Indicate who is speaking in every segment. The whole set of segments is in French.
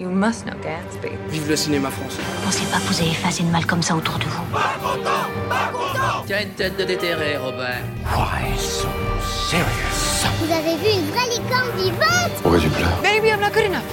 Speaker 1: You must know Gatsby.
Speaker 2: Vive le cinéma français.
Speaker 3: Pensez pas que vous avez effacé de mal comme ça autour de vous.
Speaker 4: Tu as une tête de déterré, Robin.
Speaker 5: Vous avez vu une vraie licorne vivante
Speaker 1: Maybe I'm not good enough.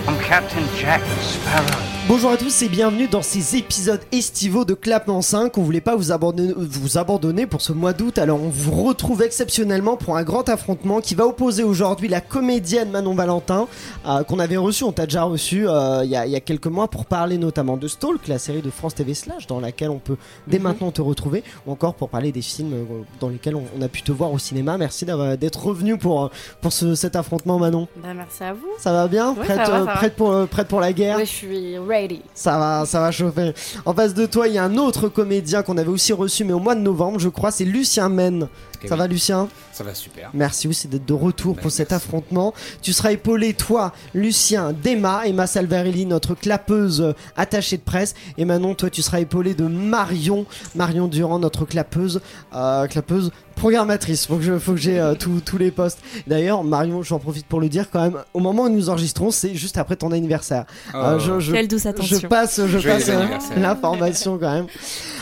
Speaker 6: Bonjour à tous et bienvenue dans ces épisodes estivaux de Clapement 5. On voulait pas vous abandonner, vous abandonner pour ce mois d'août, alors on vous retrouve exceptionnellement pour un grand affrontement qui va opposer aujourd'hui la comédienne Manon Valentin, euh, qu'on avait reçue, on t'a déjà reçu euh, il y, a- il y a quelques mois pour parler notamment de Stalk, la série de France TV Slash, dans laquelle on peut dès
Speaker 7: Mhm.
Speaker 6: maintenant te retrouver, ou encore pour parler des films euh, dans lesquels on, on a pu te voir au cinéma. Merci d'avoir- d'être revenu pour, euh, pour ce- cet affrontement, Manon.
Speaker 7: Bah, merci à vous.
Speaker 6: Ça va bien
Speaker 7: Oui, ça
Speaker 6: prête,
Speaker 7: va, ça
Speaker 6: euh,
Speaker 7: va.
Speaker 6: prête pour, euh, prête pour la guerre
Speaker 7: Oui, je suis ready.
Speaker 6: ça va, ça va chauffer. En face de toi, il y a un autre comédien qu'on avait aussi reçu, mais au mois de novembre, je crois, c'est Lucien Men.
Speaker 2: Eh
Speaker 6: ça
Speaker 2: oui.
Speaker 6: va, Lucien
Speaker 2: Ça va super.
Speaker 6: Merci aussi d'être de retour
Speaker 2: Bah,
Speaker 6: pour cet
Speaker 2: merci.
Speaker 6: affrontement. Tu seras épaulé, toi, Lucien, d'Emma, Emma Salvarelli, notre clapeuse euh, attachée de presse. Et Manon, toi, tu seras épaulé de Marion, Marion Durand, notre clapeuse, euh, clapeuse programmatrice. Faut que je, faut que j'ai euh, tous- tous les postes. D'ailleurs, Marion, j'en profite pour le dire quand même. Au moment où nous enregistrons, c'est juste après ton anniversaire.
Speaker 2: Ah.
Speaker 6: Euh, je- je-
Speaker 8: Quelle douce attention.
Speaker 6: je passe, je
Speaker 2: Joyeux
Speaker 6: passe euh,
Speaker 2: anniversaire.
Speaker 6: l'information quand même.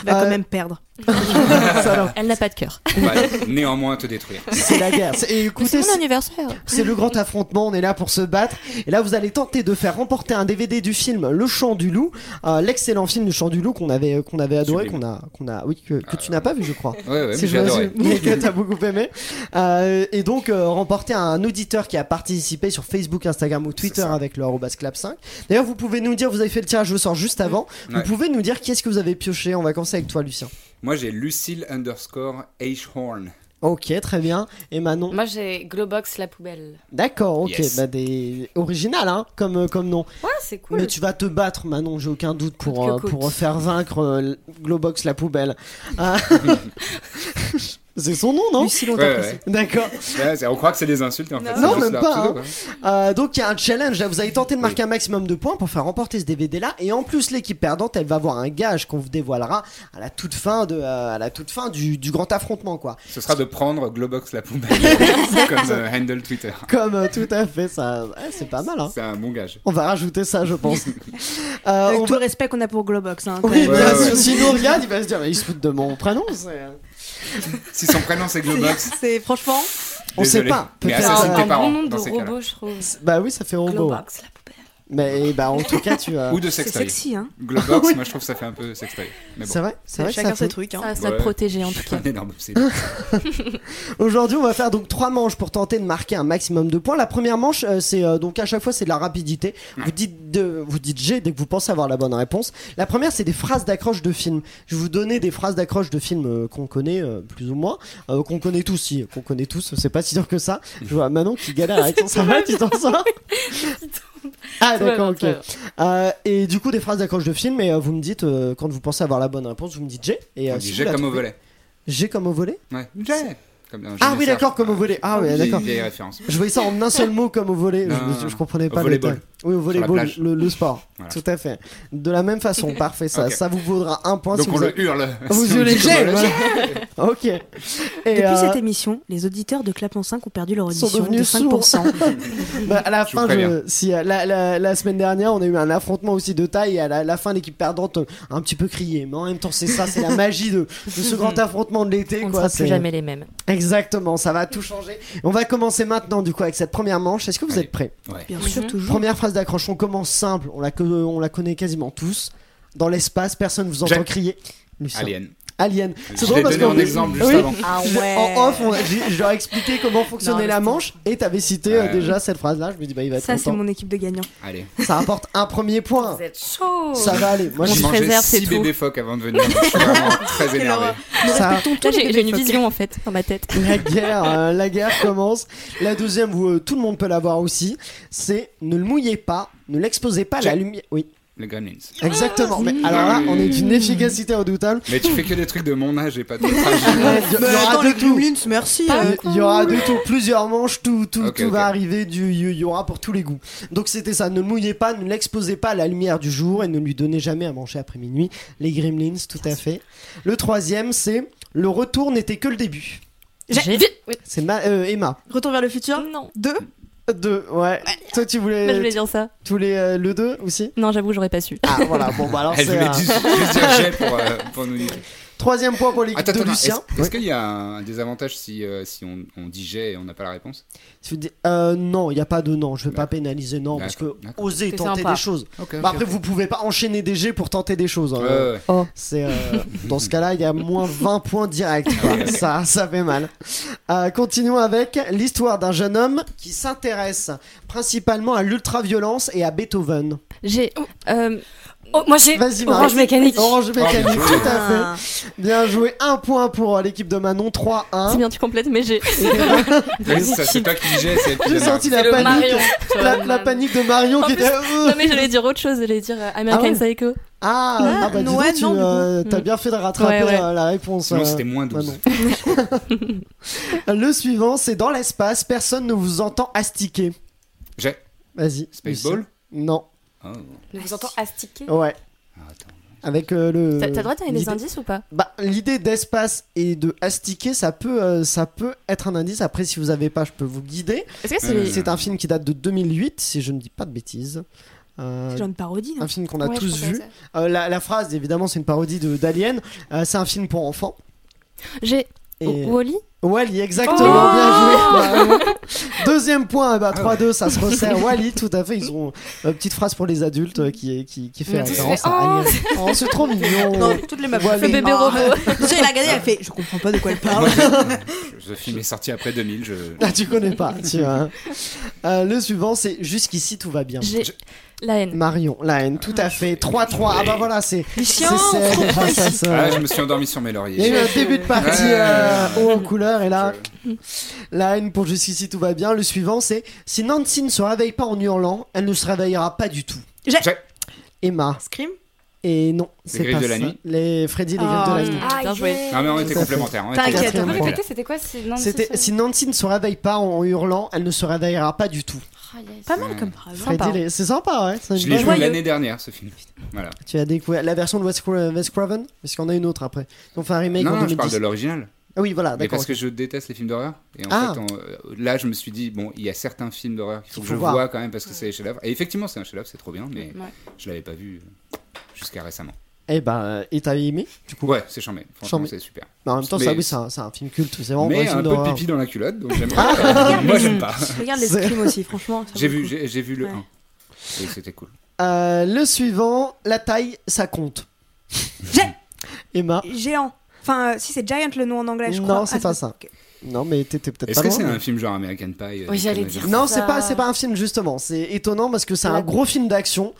Speaker 8: Elle va
Speaker 6: Euh,
Speaker 8: quand même perdre.
Speaker 6: Salope,
Speaker 8: Ah. Elle n'a pas de cœur.
Speaker 2: On va néanmoins te détruire.
Speaker 6: c'est la guerre. C'est- Et écoutez, c'est-
Speaker 8: anniversaire.
Speaker 6: c'est le grand affrontement. On est là pour se battre. Et là, vous allez tenter de faire remporter un DVD du film Le Chant du Loup, euh, l'excellent film Le Chant du Loup qu'on avait qu'on avait adoré,
Speaker 2: Sublime. Ah.
Speaker 6: qu'on a qu'on a oui que, que tu n'as pas vu, je crois.
Speaker 2: Ouais, ouais,
Speaker 6: Si
Speaker 2: mais
Speaker 6: je
Speaker 2: j'ai
Speaker 6: me
Speaker 2: adoré.
Speaker 6: souviens, mais que t'as beaucoup aimé. Euh, et donc, euh, remporter un auditeur qui a participé sur Facebook, Instagram ou Twitter avec le arobase clap5. D'ailleurs, vous pouvez nous dire, vous avez fait le tirage au sort juste avant. Vous
Speaker 2: Ouais.
Speaker 6: pouvez nous dire qui est-ce que vous avez pioché. On va commencer avec toi, Lucien.
Speaker 2: Moi, j'ai Lucille underscore H-Horn.
Speaker 6: Ok, très bien. Et Manon
Speaker 7: Moi, j'ai Globox la poubelle.
Speaker 6: D'accord, ok.
Speaker 2: Yes.
Speaker 6: Bah, des... Original, hein, comme, euh, comme nom.
Speaker 7: Ouais, c'est cool.
Speaker 6: Mais tu vas te battre, Manon, j'ai aucun doute, pour,
Speaker 7: Coûte
Speaker 6: euh,
Speaker 7: que coûte.
Speaker 6: pour faire vaincre euh, Globox la poubelle. Ah. C'est son nom, non
Speaker 8: Lucille, on
Speaker 2: Ouais,
Speaker 8: t'apprécie.
Speaker 2: ouais.
Speaker 6: D'accord.
Speaker 2: Ouais, c'est- on croit que c'est des insultes, en fait. c'est
Speaker 6: Non,
Speaker 2: juste
Speaker 6: même
Speaker 2: leur
Speaker 6: pas,
Speaker 2: pseudo,
Speaker 6: hein.
Speaker 2: quoi.
Speaker 6: Euh, donc il y a un challenge, là vous allez tenter de marquer un maximum de points pour faire remporter ce DVD là et en plus l'équipe perdante elle va avoir un gage qu'on vous dévoilera à la toute fin, de, euh, à la toute fin du, du grand affrontement quoi.
Speaker 2: Ce sera de prendre Globox la poubelle C'est comme euh, handle Twitter.
Speaker 6: Comme euh, tout à fait ça, ouais, c'est pas mal hein.
Speaker 2: C'est un bon gage.
Speaker 6: On va rajouter ça je pense. Euh,
Speaker 8: Avec
Speaker 6: on
Speaker 8: tout
Speaker 6: va-
Speaker 8: le respect qu'on a pour Globox. Hein, quand
Speaker 6: Oui,
Speaker 8: même.
Speaker 2: Ouais,
Speaker 6: bien
Speaker 2: ouais.
Speaker 6: sûr, s'il nous regarde il va se dire mais il se fout de mon prénom. c'est-
Speaker 2: Si son prénom c'est Globox,
Speaker 8: C'est franchement.
Speaker 6: On sait
Speaker 2: désolé.
Speaker 6: pas,
Speaker 2: Mais
Speaker 6: peut-être,
Speaker 2: assassine
Speaker 6: euh,
Speaker 2: tes
Speaker 7: un bon
Speaker 2: parents
Speaker 7: nom de
Speaker 2: dans ces cas-là.
Speaker 7: robot, je trouve.
Speaker 6: Bah oui ça fait robot. hein.
Speaker 7: Globox la poubelle.
Speaker 6: Mais bah en tout cas tu as...
Speaker 2: Ou de
Speaker 8: C'est
Speaker 2: sextoy.
Speaker 8: sexy, hein.
Speaker 2: Globox, moi je trouve que ça fait un peu sextoy. Mais bon.
Speaker 6: C'est vrai, c'est vrai que
Speaker 8: Chacun
Speaker 6: ça
Speaker 8: ses
Speaker 6: peut-
Speaker 8: trucs. Hein.
Speaker 2: ça le Ouais.
Speaker 8: protéger en
Speaker 2: Je suis un énorme obsédé.
Speaker 6: Aujourd'hui, on va faire donc trois manches pour tenter de marquer un maximum de points. La première manche, euh, c'est euh, donc à chaque fois c'est de la rapidité. Vous dites de, vous dites G dès que vous pensez avoir la bonne réponse. La première, c'est des phrases d'accroche de films. Je vais vous donner des phrases d'accroche de films euh, qu'on connaît euh, plus ou moins, euh, qu'on connaît tous, si qu'on connaît tous. C'est pas si dur que ça. Je vois Manon qui galère avec son ça va, tu t'en sors Ah
Speaker 7: Tout va bien,
Speaker 6: d'accord, ok.
Speaker 7: tout va bien.
Speaker 6: Euh, et du coup, des phrases d'accroche de films. Et euh, vous me dites euh, quand vous pensez avoir la bonne réponse, vous me dites G. Et
Speaker 2: On
Speaker 6: euh,
Speaker 2: dit
Speaker 6: si
Speaker 2: j'ai
Speaker 6: vous la
Speaker 2: comme au
Speaker 6: trouvez-
Speaker 2: volet.
Speaker 6: G comme au volet.
Speaker 2: Ouais. J'ai. Comme dans
Speaker 6: Ah
Speaker 2: Génie
Speaker 6: oui,
Speaker 2: Serre.
Speaker 6: d'accord, comme au volet. Ah oui,
Speaker 2: Vieille-
Speaker 6: d'accord.
Speaker 2: Vieille référence.
Speaker 6: Je voyais ça en un seul mot comme au volet.
Speaker 2: Non,
Speaker 6: Je, je- je comprenais
Speaker 2: au
Speaker 6: pas le
Speaker 2: volleyball.
Speaker 6: détail. Oui, au volleyball,
Speaker 2: plage.
Speaker 6: le, le sport.
Speaker 2: Voilà.
Speaker 6: Tout à fait. De la même façon, parfait. Ça,
Speaker 2: Ok.
Speaker 6: ça vous vaudra un point
Speaker 2: Donc
Speaker 6: si
Speaker 2: on
Speaker 6: vous Ah,
Speaker 2: le hurle.
Speaker 6: vous
Speaker 2: Si on
Speaker 6: les
Speaker 2: dit comme
Speaker 6: gèle,
Speaker 2: au volet.
Speaker 6: voilà. Ok. Et
Speaker 8: Depuis
Speaker 6: euh,
Speaker 8: cette émission, les auditeurs de Clapon 5 ont perdu leur
Speaker 6: Sont
Speaker 8: audition de
Speaker 6: devenus
Speaker 8: 5%.
Speaker 6: bah, à la
Speaker 2: Je vous
Speaker 6: fin, je,
Speaker 2: préviens.
Speaker 6: si, euh, la, la- la semaine dernière, on a eu un affrontement aussi de taille. Et à la, la fin, l'équipe perdante euh, a un petit peu crié. Mais en même temps, c'est ça, c'est la magie de, de ce grand affrontement de l'été.
Speaker 1: On ne
Speaker 6: quoi.
Speaker 1: sera
Speaker 6: C'est-
Speaker 1: plus jamais les mêmes.
Speaker 6: Exactement, ça va tout changer. On va commencer maintenant, du coup, avec cette première manche. Est-ce que vous
Speaker 2: Allez.
Speaker 6: êtes prêts
Speaker 2: Ouais.
Speaker 8: Bien sûr, toujours.
Speaker 6: Première phrase d'accroche, on commence simple, on la, co- on la connaît quasiment tous. Dans l'espace, personne vous entend
Speaker 2: Jack.
Speaker 6: crier. Lucien.
Speaker 2: Alien.
Speaker 6: Alien.
Speaker 2: Je l'ai donné en exemple juste
Speaker 6: Oui.
Speaker 2: avant.
Speaker 1: Ah
Speaker 6: Je- En off, on- j'ai- je leur ai expliqué comment fonctionnait
Speaker 1: Non,
Speaker 6: la
Speaker 1: laisse
Speaker 6: manche et t'avais cité euh,
Speaker 2: Ouais.
Speaker 6: déjà cette phrase-là. Je me dis, bah il va être
Speaker 8: Ça, c'est
Speaker 6: content.
Speaker 8: mon équipe de gagnants.
Speaker 2: Allez.
Speaker 6: Ça rapporte un premier point.
Speaker 7: Vous êtes chaud.
Speaker 6: Ça va aller. Moi,
Speaker 2: J'ai
Speaker 6: je-
Speaker 1: se
Speaker 2: mangé
Speaker 1: préserve, c'est
Speaker 2: 6 bébés phoques avant de venir. Je suis vraiment très énervé.
Speaker 8: Nous
Speaker 6: Ça-
Speaker 8: respectons tous les
Speaker 1: J'ai une
Speaker 8: Fox.
Speaker 1: vision en fait dans ma tête.
Speaker 6: la guerre, euh, la guerre commence. La deuxième, vous, euh, tout le monde peut l'avoir aussi. C'est ne le mouillez pas, ne l'exposez pas à la
Speaker 2: Jack.
Speaker 6: lumière. Oui,
Speaker 2: Les Gremlins.
Speaker 6: exactement.
Speaker 8: Ah,
Speaker 6: Mais alors là, on est d'une efficacité redoutable.
Speaker 2: Mais tu fais que des trucs de mon âge et pas de notre âge.
Speaker 6: Il y- il y aura de tout.
Speaker 8: merci. euh,
Speaker 6: Il y aura de tout, plusieurs manches, tout, tout,
Speaker 2: Ok,
Speaker 6: tout va
Speaker 2: ok.
Speaker 6: arriver, du, il y aura pour tous les goûts. Donc c'était ça, ne le mouillez pas, ne l'exposez pas à la lumière du jour et ne lui donnez jamais à manger après minuit. Les gremlins, tout à fait. Le troisième, c'est le retour n'était que le début.
Speaker 1: J'ai
Speaker 6: C'est ma- euh, Emma.
Speaker 8: Retour vers le futur.
Speaker 1: Non.
Speaker 8: Deux.
Speaker 6: 2, ouais. Toi, tu
Speaker 1: Moi, je
Speaker 6: voulais.
Speaker 1: voulais dire ça.
Speaker 6: Tu voulais euh, le 2 aussi
Speaker 1: Non, j'avoue, j'aurais pas su.
Speaker 8: Hein
Speaker 6: Ah, voilà, bon, bah alors
Speaker 2: Elle
Speaker 6: c'est.
Speaker 2: voulait
Speaker 6: un-
Speaker 2: juste, juste dire j'ai pour, euh, pour nous niquer.
Speaker 6: Troisième point pour l'équipe
Speaker 2: Attends,
Speaker 6: de
Speaker 2: attends, est-ce
Speaker 6: Lucien.
Speaker 2: est-ce qu'il y a un désavantage si, euh, si on, on dit j'ai et on n'a pas la réponse
Speaker 6: Tu dis- euh, non, il n'y a pas de non, je ne vais pas pénaliser non, parce que
Speaker 2: D'accord, d'accord.
Speaker 6: oser
Speaker 7: C'est
Speaker 6: tenter
Speaker 7: sympa.
Speaker 6: des choses.
Speaker 2: Ok,
Speaker 6: Bah, après, vous pouvez pas enchaîner des jets pour tenter des choses. hein. C'est, euh, dans ce cas-là, il y a moins 20 points directs. quoi. ça, ça fait mal. Euh, continuons avec l'histoire d'un jeune homme qui s'intéresse principalement à l'ultraviolence et à Beethoven.
Speaker 1: J'ai. euh,
Speaker 7: Oh, moi j'ai
Speaker 6: Vas-y, Marie.
Speaker 7: Orange Mécanique. Ah.
Speaker 6: Orange Mécanique,
Speaker 2: Oh, bien joué.
Speaker 6: tout à fait. Bien joué. Un point pour euh, l'équipe de Manon, 3-1.
Speaker 1: c'est bien, tu complètes, mais j'ai.
Speaker 2: Oui, ça, c'est toi qui dis j'ai, c'est elle qui
Speaker 6: J'ai
Speaker 2: donne la-
Speaker 6: senti la
Speaker 7: le
Speaker 6: panique,
Speaker 7: Marion.
Speaker 6: la, la panique de Marion
Speaker 1: En
Speaker 6: qui
Speaker 1: plus-
Speaker 6: était. euh,
Speaker 1: Non, mais j'allais dire autre chose, j'allais dire euh, American
Speaker 6: Ah ouais.
Speaker 1: Psycho.
Speaker 6: Ah,
Speaker 8: Ah,
Speaker 6: ah bah dis
Speaker 8: ouais,
Speaker 6: donc, tu
Speaker 8: non, du
Speaker 6: euh,
Speaker 1: coup.
Speaker 6: t'as
Speaker 1: Mm.
Speaker 6: bien fait de rattraper
Speaker 1: Ouais, ouais.
Speaker 6: euh, la réponse.
Speaker 2: Sinon,
Speaker 6: euh,
Speaker 2: c'était moins 12.
Speaker 6: Manon. Le suivant, c'est dans l'espace, personne ne vous entend astiquer.
Speaker 2: J'ai
Speaker 6: Vas-y.
Speaker 2: Spaceball
Speaker 6: Lucien. Non,
Speaker 2: oh.
Speaker 7: Je vous entends astiquer.
Speaker 6: ouais.
Speaker 2: Ah, attends.
Speaker 6: Avec euh, le.
Speaker 1: T'as t'as le droit de donner des
Speaker 6: l'idée-
Speaker 1: indices ou pas
Speaker 6: Bah, l'idée d'espace et de astiquer, ça peut, euh, ça peut être un indice. Après, si vous avez pas, je peux vous guider.
Speaker 1: Est-ce que
Speaker 2: Euh,
Speaker 1: c'est.
Speaker 6: C'est un film qui date de 2008, si je ne dis pas de bêtises. Euh,
Speaker 8: C'est genre une parodie. hein. non
Speaker 6: un film qu'on a
Speaker 1: Ouais, je
Speaker 6: tous
Speaker 1: pensais à
Speaker 6: vu.
Speaker 1: ça.
Speaker 6: Euh, la, la phrase, évidemment, c'est une parodie de d'Alien. Euh, c'est un film pour enfants.
Speaker 1: J'ai.
Speaker 6: Et...
Speaker 1: Wally
Speaker 6: Wally, exactement,
Speaker 1: Oh
Speaker 6: bien joué. Bravo. Deuxième point, bah, 3-2, ça se resserre. Wally, tout à fait, ils ont une petite phrase pour les adultes euh, qui, qui, qui fait
Speaker 1: Mais tu
Speaker 6: référence
Speaker 1: fais,
Speaker 6: à Alien. Oh, c'est trop mignon.
Speaker 8: Non, toutes les meufs.
Speaker 6: Voilà.
Speaker 8: font
Speaker 6: Le
Speaker 1: bébé
Speaker 8: Ah.
Speaker 1: robot.
Speaker 8: Tu sais, il a regardé, elle fait Je comprends pas de quoi elle parle.
Speaker 2: Moi, je- je- Ce film est sorti après 2000. Je...
Speaker 6: Ah, tu connais pas, tu vois. Euh, le suivant, c'est Jusqu'ici, tout va bien.
Speaker 1: J'ai. La haine.
Speaker 6: Marion, la haine, tout à fait. 3-3, ah bah voilà, c'est. C'est
Speaker 8: Lucien,
Speaker 6: c'est- ça, ça.
Speaker 2: Ah, je me suis endormi sur mes
Speaker 6: Il y a eu
Speaker 2: lauriers.
Speaker 6: un début de partie
Speaker 2: Ouais.
Speaker 6: euh, haut en couleur, et là,
Speaker 2: Je-
Speaker 6: la haine pour Jusqu'ici, tout va bien. Le suivant, c'est Si Nancy ne se réveille pas en hurlant, elle ne se réveillera pas du tout.
Speaker 2: J'ai-
Speaker 6: Emma.
Speaker 8: Scream
Speaker 6: Et non, c'est
Speaker 2: Griffes
Speaker 6: pas
Speaker 2: de
Speaker 6: ça.
Speaker 2: la nuit
Speaker 6: Les Freddy et
Speaker 7: Oh
Speaker 6: les Griffes de
Speaker 8: Ah,
Speaker 6: la
Speaker 8: oui.
Speaker 6: nuit.
Speaker 1: Bien joué.
Speaker 2: Non, mais on
Speaker 6: Tout à
Speaker 2: était
Speaker 6: fait.
Speaker 2: complémentaires. on était
Speaker 8: T'inquiète,
Speaker 2: complémentaires.
Speaker 6: on peut
Speaker 2: Voilà.
Speaker 7: Répétez, c'était quoi c'est- non,
Speaker 6: C'était
Speaker 7: c'est-
Speaker 6: si Nancy ne se réveille pas en hurlant, elle ne se réveillera pas du tout.
Speaker 7: Ah, yes.
Speaker 8: Pas mal comme phrase.
Speaker 6: Freddy,
Speaker 1: Sympa.
Speaker 6: les- c'est sympa, ouais. c'est
Speaker 2: Je
Speaker 6: une
Speaker 2: l'ai
Speaker 6: bonne-
Speaker 2: joué l'année dernière, ce film. Voilà.
Speaker 6: Tu as découvert la version de Wes, Cra- Wes Craven Parce qu'on a une autre après. On fait un remake
Speaker 2: Non,
Speaker 6: en
Speaker 2: non, je
Speaker 6: 2010.
Speaker 2: parle de l'original.
Speaker 6: Ah oui, voilà,
Speaker 2: Mais
Speaker 6: d'accord.
Speaker 2: parce que je déteste les films d'horreur. Et en
Speaker 6: Ah.
Speaker 2: fait, on- euh, là, je me suis dit, bon, il y a certains films d'horreur qu'il faut
Speaker 6: Qu'il
Speaker 2: que
Speaker 6: faut
Speaker 2: je
Speaker 6: voir.
Speaker 2: vois quand même parce que c'est des chefs-d'œuvre. Et effectivement, c'est un chef-d'œuvre, c'est trop bien, mais
Speaker 7: Ouais.
Speaker 2: je l'avais pas vu euh, jusqu'à récemment.
Speaker 6: Eh ben, euh, et t'avais aimé
Speaker 2: Ouais, c'est charmé. Franchement,
Speaker 6: Charmé.
Speaker 2: c'est super.
Speaker 6: Mais en même temps,
Speaker 2: Mais-
Speaker 6: ça, oui, c'est un, c'est un film culte. C'est Ah. vraiment
Speaker 2: mais
Speaker 6: un
Speaker 2: un
Speaker 6: film
Speaker 2: peu de
Speaker 6: d'horreur.
Speaker 2: pipi dans la culotte, donc j'aime pas. Euh, Moi, j'aime pas.
Speaker 8: Regarde les
Speaker 6: C'est-
Speaker 8: Scream aussi, franchement. ça
Speaker 2: J'ai
Speaker 8: vaut le
Speaker 2: vu,
Speaker 8: coup.
Speaker 2: j'ai j'ai vu le
Speaker 8: Ouais.
Speaker 2: 1. Et c'était cool.
Speaker 6: Euh, le suivant, la taille, ça compte.
Speaker 8: J'ai-
Speaker 6: Emma.
Speaker 8: Géant. Enfin, euh, si c'est Giant le nom en anglais, je
Speaker 6: Non,
Speaker 8: crois.
Speaker 6: c'est pas ça.
Speaker 8: ok.
Speaker 6: Non, mais t'étais peut-être
Speaker 2: Est-ce
Speaker 6: pas
Speaker 2: que
Speaker 6: loin,
Speaker 2: c'est
Speaker 6: mais-
Speaker 2: un film genre American Pie euh,
Speaker 7: Oui, j'allais
Speaker 2: comme
Speaker 7: dire.
Speaker 2: Jason
Speaker 6: Non,
Speaker 7: Ça-
Speaker 6: c'est pas, c'est pas un film justement. C'est étonnant parce que c'est un
Speaker 7: Ouais.
Speaker 6: gros film d'action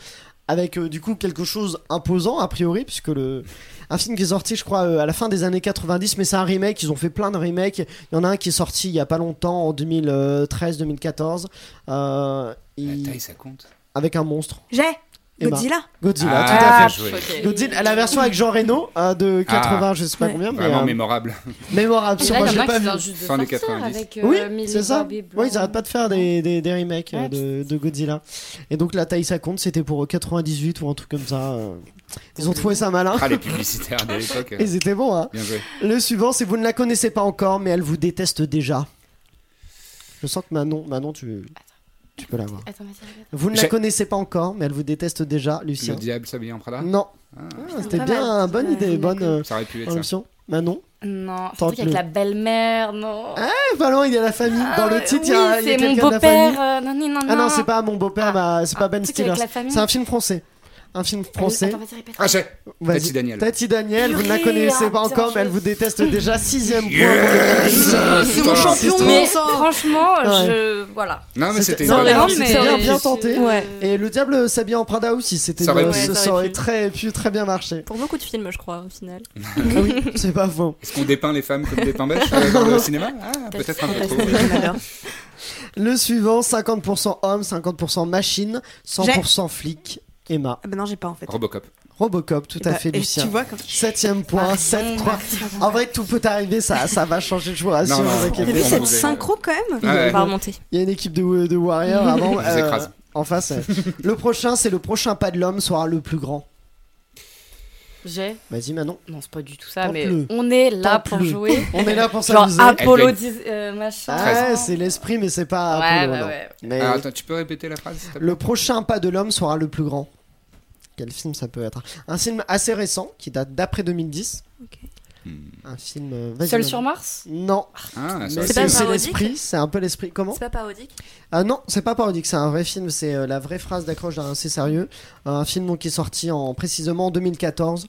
Speaker 6: avec euh, du coup quelque chose imposant a priori puisque le un film qui est sorti je crois euh, à la fin des années 90 mais c'est un remake. Ils ont fait plein de remakes. Il y en a un qui est sorti il y a pas longtemps en 2013-2014 euh, il-
Speaker 2: La taille, ça compte.
Speaker 6: avec un monstre.
Speaker 8: J'ai
Speaker 6: Emma.
Speaker 8: Godzilla.
Speaker 6: Godzilla.
Speaker 2: Ah,
Speaker 6: tout à
Speaker 2: bien
Speaker 6: fait.
Speaker 2: joué.
Speaker 7: Ok.
Speaker 6: Godzilla, la version avec Jean Reno euh, de 80, je sais pas
Speaker 8: Ouais.
Speaker 6: combien, mais
Speaker 2: Ah. Vraiment
Speaker 6: euh,
Speaker 2: mémorable.
Speaker 6: mémorable.
Speaker 7: Et
Speaker 6: sur
Speaker 7: là,
Speaker 6: moi,
Speaker 7: il
Speaker 6: je
Speaker 7: y en
Speaker 6: l'ai
Speaker 7: a
Speaker 6: pas
Speaker 7: qui
Speaker 6: vu.
Speaker 7: viennent juste de
Speaker 2: Fin des
Speaker 7: sortir
Speaker 2: 90.
Speaker 7: avec, euh,
Speaker 6: Oui,
Speaker 7: Millie
Speaker 6: c'est ça.
Speaker 7: Bobby Brown.
Speaker 6: Oui, ils arrêtent pas de faire des, des, des remakes euh,
Speaker 7: Ouais,
Speaker 6: de, de Godzilla. Et donc la taille ça compte, c'était pour 98 ou un truc comme ça. euh. Ils ont trouvé ça malin.
Speaker 2: Ah, les publicitaires de l'époque. euh,
Speaker 6: Ils étaient bons, hein.
Speaker 2: Bien joué.
Speaker 6: Le suivant, c'est vous ne la connaissez pas encore, mais elle vous déteste déjà. Je sens que Manon, Manon tu, tu peux l'avoir.
Speaker 7: Attends, vas-y, regarde.
Speaker 6: Vous ne la
Speaker 2: J'ai-
Speaker 6: connaissez pas encore, mais elle vous déteste déjà,
Speaker 2: Le
Speaker 6: Lucien.
Speaker 2: diable s'habille en Prada.
Speaker 6: Non.
Speaker 2: Ah,
Speaker 6: Ah, c'était
Speaker 8: pas
Speaker 6: bien,
Speaker 8: mal.
Speaker 6: bonne
Speaker 8: Ouais,
Speaker 6: idée,
Speaker 8: vous
Speaker 6: bonne euh,
Speaker 2: Ça aurait pu être ça.
Speaker 6: invention. Manon.
Speaker 7: Non, c'est un
Speaker 6: Tente-le.
Speaker 7: truc avec la belle-mère, non.
Speaker 6: Eh, pas loin, il y a la famille. Dans le
Speaker 7: Ah, oui,
Speaker 6: titre, il y a, il y
Speaker 7: c'est
Speaker 6: a
Speaker 7: mon
Speaker 6: quelqu'un de la famille.
Speaker 7: beau-père. euh, non, non, non,
Speaker 6: Ah non, c'est pas mon beau-père,
Speaker 7: Ah.
Speaker 6: bah, c'est pas
Speaker 7: Ah,
Speaker 6: Ben
Speaker 7: un truc
Speaker 6: Stiller.
Speaker 7: avec la famille.
Speaker 6: C'est un film français. Un film français.
Speaker 7: Attends, vas-y, répète.
Speaker 2: Ah, j'ai
Speaker 6: Vas-y.
Speaker 2: Tati Daniel.
Speaker 6: Tati Daniel, vous ne la
Speaker 7: Purée,
Speaker 6: connaissez pas
Speaker 7: ah, putain,
Speaker 6: encore, mais elle
Speaker 7: je-
Speaker 6: vous déteste déjà. Sixième point.
Speaker 2: C'est mon
Speaker 6: champion.
Speaker 7: Mais
Speaker 6: Vincent.
Speaker 7: franchement,
Speaker 6: Ah, Ouais.
Speaker 7: je. Voilà.
Speaker 2: Non, mais c'était
Speaker 6: Non,
Speaker 2: une
Speaker 6: mais
Speaker 2: bonne-
Speaker 6: non, c'est bien, bien tenté.
Speaker 1: Ouais.
Speaker 6: Et le diable s'habille en Prada aussi, c'était
Speaker 2: Ça aurait pu.
Speaker 6: ça,
Speaker 1: Ouais, ça
Speaker 6: ça
Speaker 1: aurait
Speaker 6: aurait
Speaker 1: pu.
Speaker 6: très pu très bien marcher.
Speaker 1: Pour beaucoup de films, je crois, au final.
Speaker 6: oui, c'est pas faux.
Speaker 2: Est-ce qu'on dépeint les femmes comme des pains bêches euh, dans le cinéma Ah, peut-être un peu trop.
Speaker 6: Le suivant, 50% homme, 50% machine, 100% flic. Emma,
Speaker 8: Ah bah non, j'ai pas en fait.
Speaker 2: Robocop.
Speaker 6: Robocop, tout
Speaker 8: Et
Speaker 6: à
Speaker 8: bah,
Speaker 6: fait
Speaker 8: et
Speaker 6: Lucien.
Speaker 8: Tu vois, comme...
Speaker 6: Septième point, 7-3. En vrai, tout peut arriver, ça, ça va changer, je vous rassure.
Speaker 2: Non, non,
Speaker 6: vous
Speaker 2: non,
Speaker 6: inquiétez
Speaker 8: T'as
Speaker 2: on
Speaker 8: vu
Speaker 6: pas.
Speaker 8: cette
Speaker 2: vous est-
Speaker 8: synchro quand même
Speaker 2: Ah ouais.
Speaker 1: On va remonter.
Speaker 6: Il y a une équipe de, de Warriors avant.
Speaker 2: vous écrase.
Speaker 6: en face. euh, le prochain, c'est le prochain pas de l'homme sera le plus grand.
Speaker 7: J'ai.
Speaker 6: Vas-y Manon.
Speaker 7: Non, c'est pas du tout ça,
Speaker 6: Tant
Speaker 7: mais
Speaker 6: plus.
Speaker 7: on est là
Speaker 6: Tant
Speaker 7: pour
Speaker 6: plus.
Speaker 7: jouer.
Speaker 6: On est là pour
Speaker 7: Genre
Speaker 6: s'amuser.
Speaker 7: Apollo
Speaker 2: Elle
Speaker 7: 10, euh, machin.
Speaker 6: Ah, c'est l'esprit, mais c'est pas
Speaker 7: Ouais,
Speaker 6: Apollo,
Speaker 7: bah
Speaker 6: non.
Speaker 7: ouais.
Speaker 6: Mais
Speaker 2: Alors, Ah, attends, tu peux répéter la phrase s'il te plaît
Speaker 6: le prochain pas de l'homme sera le plus grand. Quel film ça peut être hein. Un film assez récent qui date d'après 2010.
Speaker 8: Ok.
Speaker 2: Hmm.
Speaker 6: Un film. euh, vas-y,
Speaker 7: Seul
Speaker 6: Manon.
Speaker 7: sur Mars
Speaker 6: Non,
Speaker 2: Ah,
Speaker 6: mais
Speaker 2: ça,
Speaker 1: C'est
Speaker 6: c'est
Speaker 1: pas
Speaker 6: c'est
Speaker 1: parodique
Speaker 6: l'esprit, c'est un peu l'esprit. Comment
Speaker 1: C'est pas parodique
Speaker 6: Ah non, c'est pas parodique, c'est un vrai film, c'est euh, la vraie phrase d'accroche d'un assez sérieux. Un film donc, qui est sorti en précisément en 2014.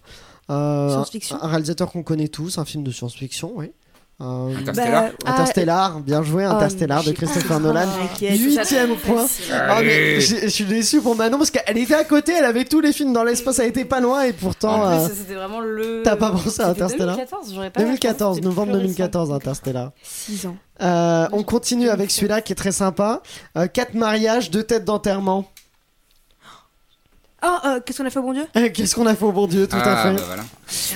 Speaker 6: Euh,
Speaker 8: Science-fiction.
Speaker 6: Un réalisateur qu'on connaît tous, un film de science-fiction, oui. Euh,
Speaker 2: Interstellar
Speaker 8: Bah,
Speaker 6: Interstellar, bien joué,
Speaker 7: Oh,
Speaker 6: Interstellar de
Speaker 1: j'ai
Speaker 6: Christopher Nolan. Huitième point. Ah, mais
Speaker 2: Allez.
Speaker 6: je je suis déçu pour Manon parce qu'elle était à côté, elle avait tous les films dans l'espace, elle était pas loin et pourtant.
Speaker 7: En
Speaker 6: euh,
Speaker 7: plus, c'était vraiment le.
Speaker 6: t'as pas pensé à
Speaker 7: C'était
Speaker 6: Interstellar
Speaker 7: 2014, j'aurais pas.
Speaker 6: 2014,
Speaker 7: c'était plus
Speaker 6: novembre
Speaker 7: récent.
Speaker 6: 2014, Interstellar.
Speaker 8: 6 ans.
Speaker 6: Euh, on continue avec celui-là qui est très sympa. Euh, quatre mariages, deux têtes d'enterrement.
Speaker 8: Oh, euh, qu'est-ce qu'on a fait au bon Dieu
Speaker 6: Euh, Qu'est-ce qu'on a fait au bon Dieu, tout à
Speaker 2: Ah,
Speaker 6: fait.
Speaker 2: bah voilà.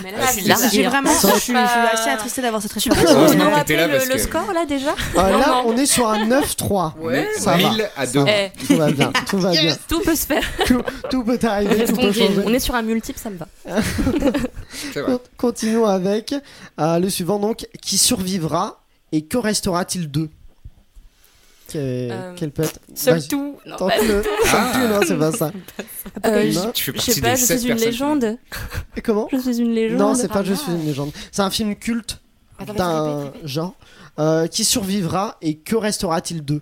Speaker 1: Mais
Speaker 4: Ah,
Speaker 1: là,
Speaker 4: je
Speaker 1: c'est
Speaker 4: suis là.
Speaker 1: bizarre.
Speaker 8: J'ai vraiment.
Speaker 6: Ça-
Speaker 8: Je suis je suis assez attristée d'avoir cette référence.
Speaker 2: Heureusement
Speaker 1: On
Speaker 2: que
Speaker 1: nous
Speaker 2: t'étais
Speaker 1: rappelle
Speaker 2: là
Speaker 1: le,
Speaker 2: parce
Speaker 1: le
Speaker 2: que-
Speaker 1: score là déjà
Speaker 2: bah.
Speaker 6: Euh, là, on est sur un 9-3.
Speaker 4: Ouais.
Speaker 6: Mais ça va.
Speaker 2: 1000 à 2.
Speaker 1: Eh,
Speaker 6: Tout va bien, tout va bien.
Speaker 1: Tout peut se faire.
Speaker 6: Tout, tout peut arriver, tout
Speaker 7: Restons
Speaker 6: peut changer.
Speaker 1: On est sur un multiple, ça me va.
Speaker 2: C'est vrai.
Speaker 6: Con- Continuons avec euh, le suivant donc qui survivra et que restera-t-il d'eux Que-
Speaker 1: Euh,
Speaker 6: Quel peut être
Speaker 7: Seul
Speaker 6: Vas-y,
Speaker 7: tout. Non, bah,
Speaker 6: Tente-le.
Speaker 2: Ah.
Speaker 6: Tente-le, non, c'est pas ça.
Speaker 1: Euh, je-
Speaker 6: Non.
Speaker 2: Tu fais
Speaker 1: Je
Speaker 2: partie
Speaker 1: sais pas,
Speaker 2: des
Speaker 1: je
Speaker 2: sept
Speaker 1: suis une
Speaker 2: personnes.
Speaker 1: légende.
Speaker 6: Et Comment
Speaker 1: Je suis une légende.
Speaker 6: Non, c'est pas Je
Speaker 7: Rama.
Speaker 6: suis une légende. C'est un film culte
Speaker 7: Attends, vas-y,
Speaker 6: d'un
Speaker 7: répète,
Speaker 6: genre euh, qui survivra et que restera-t-il d'eux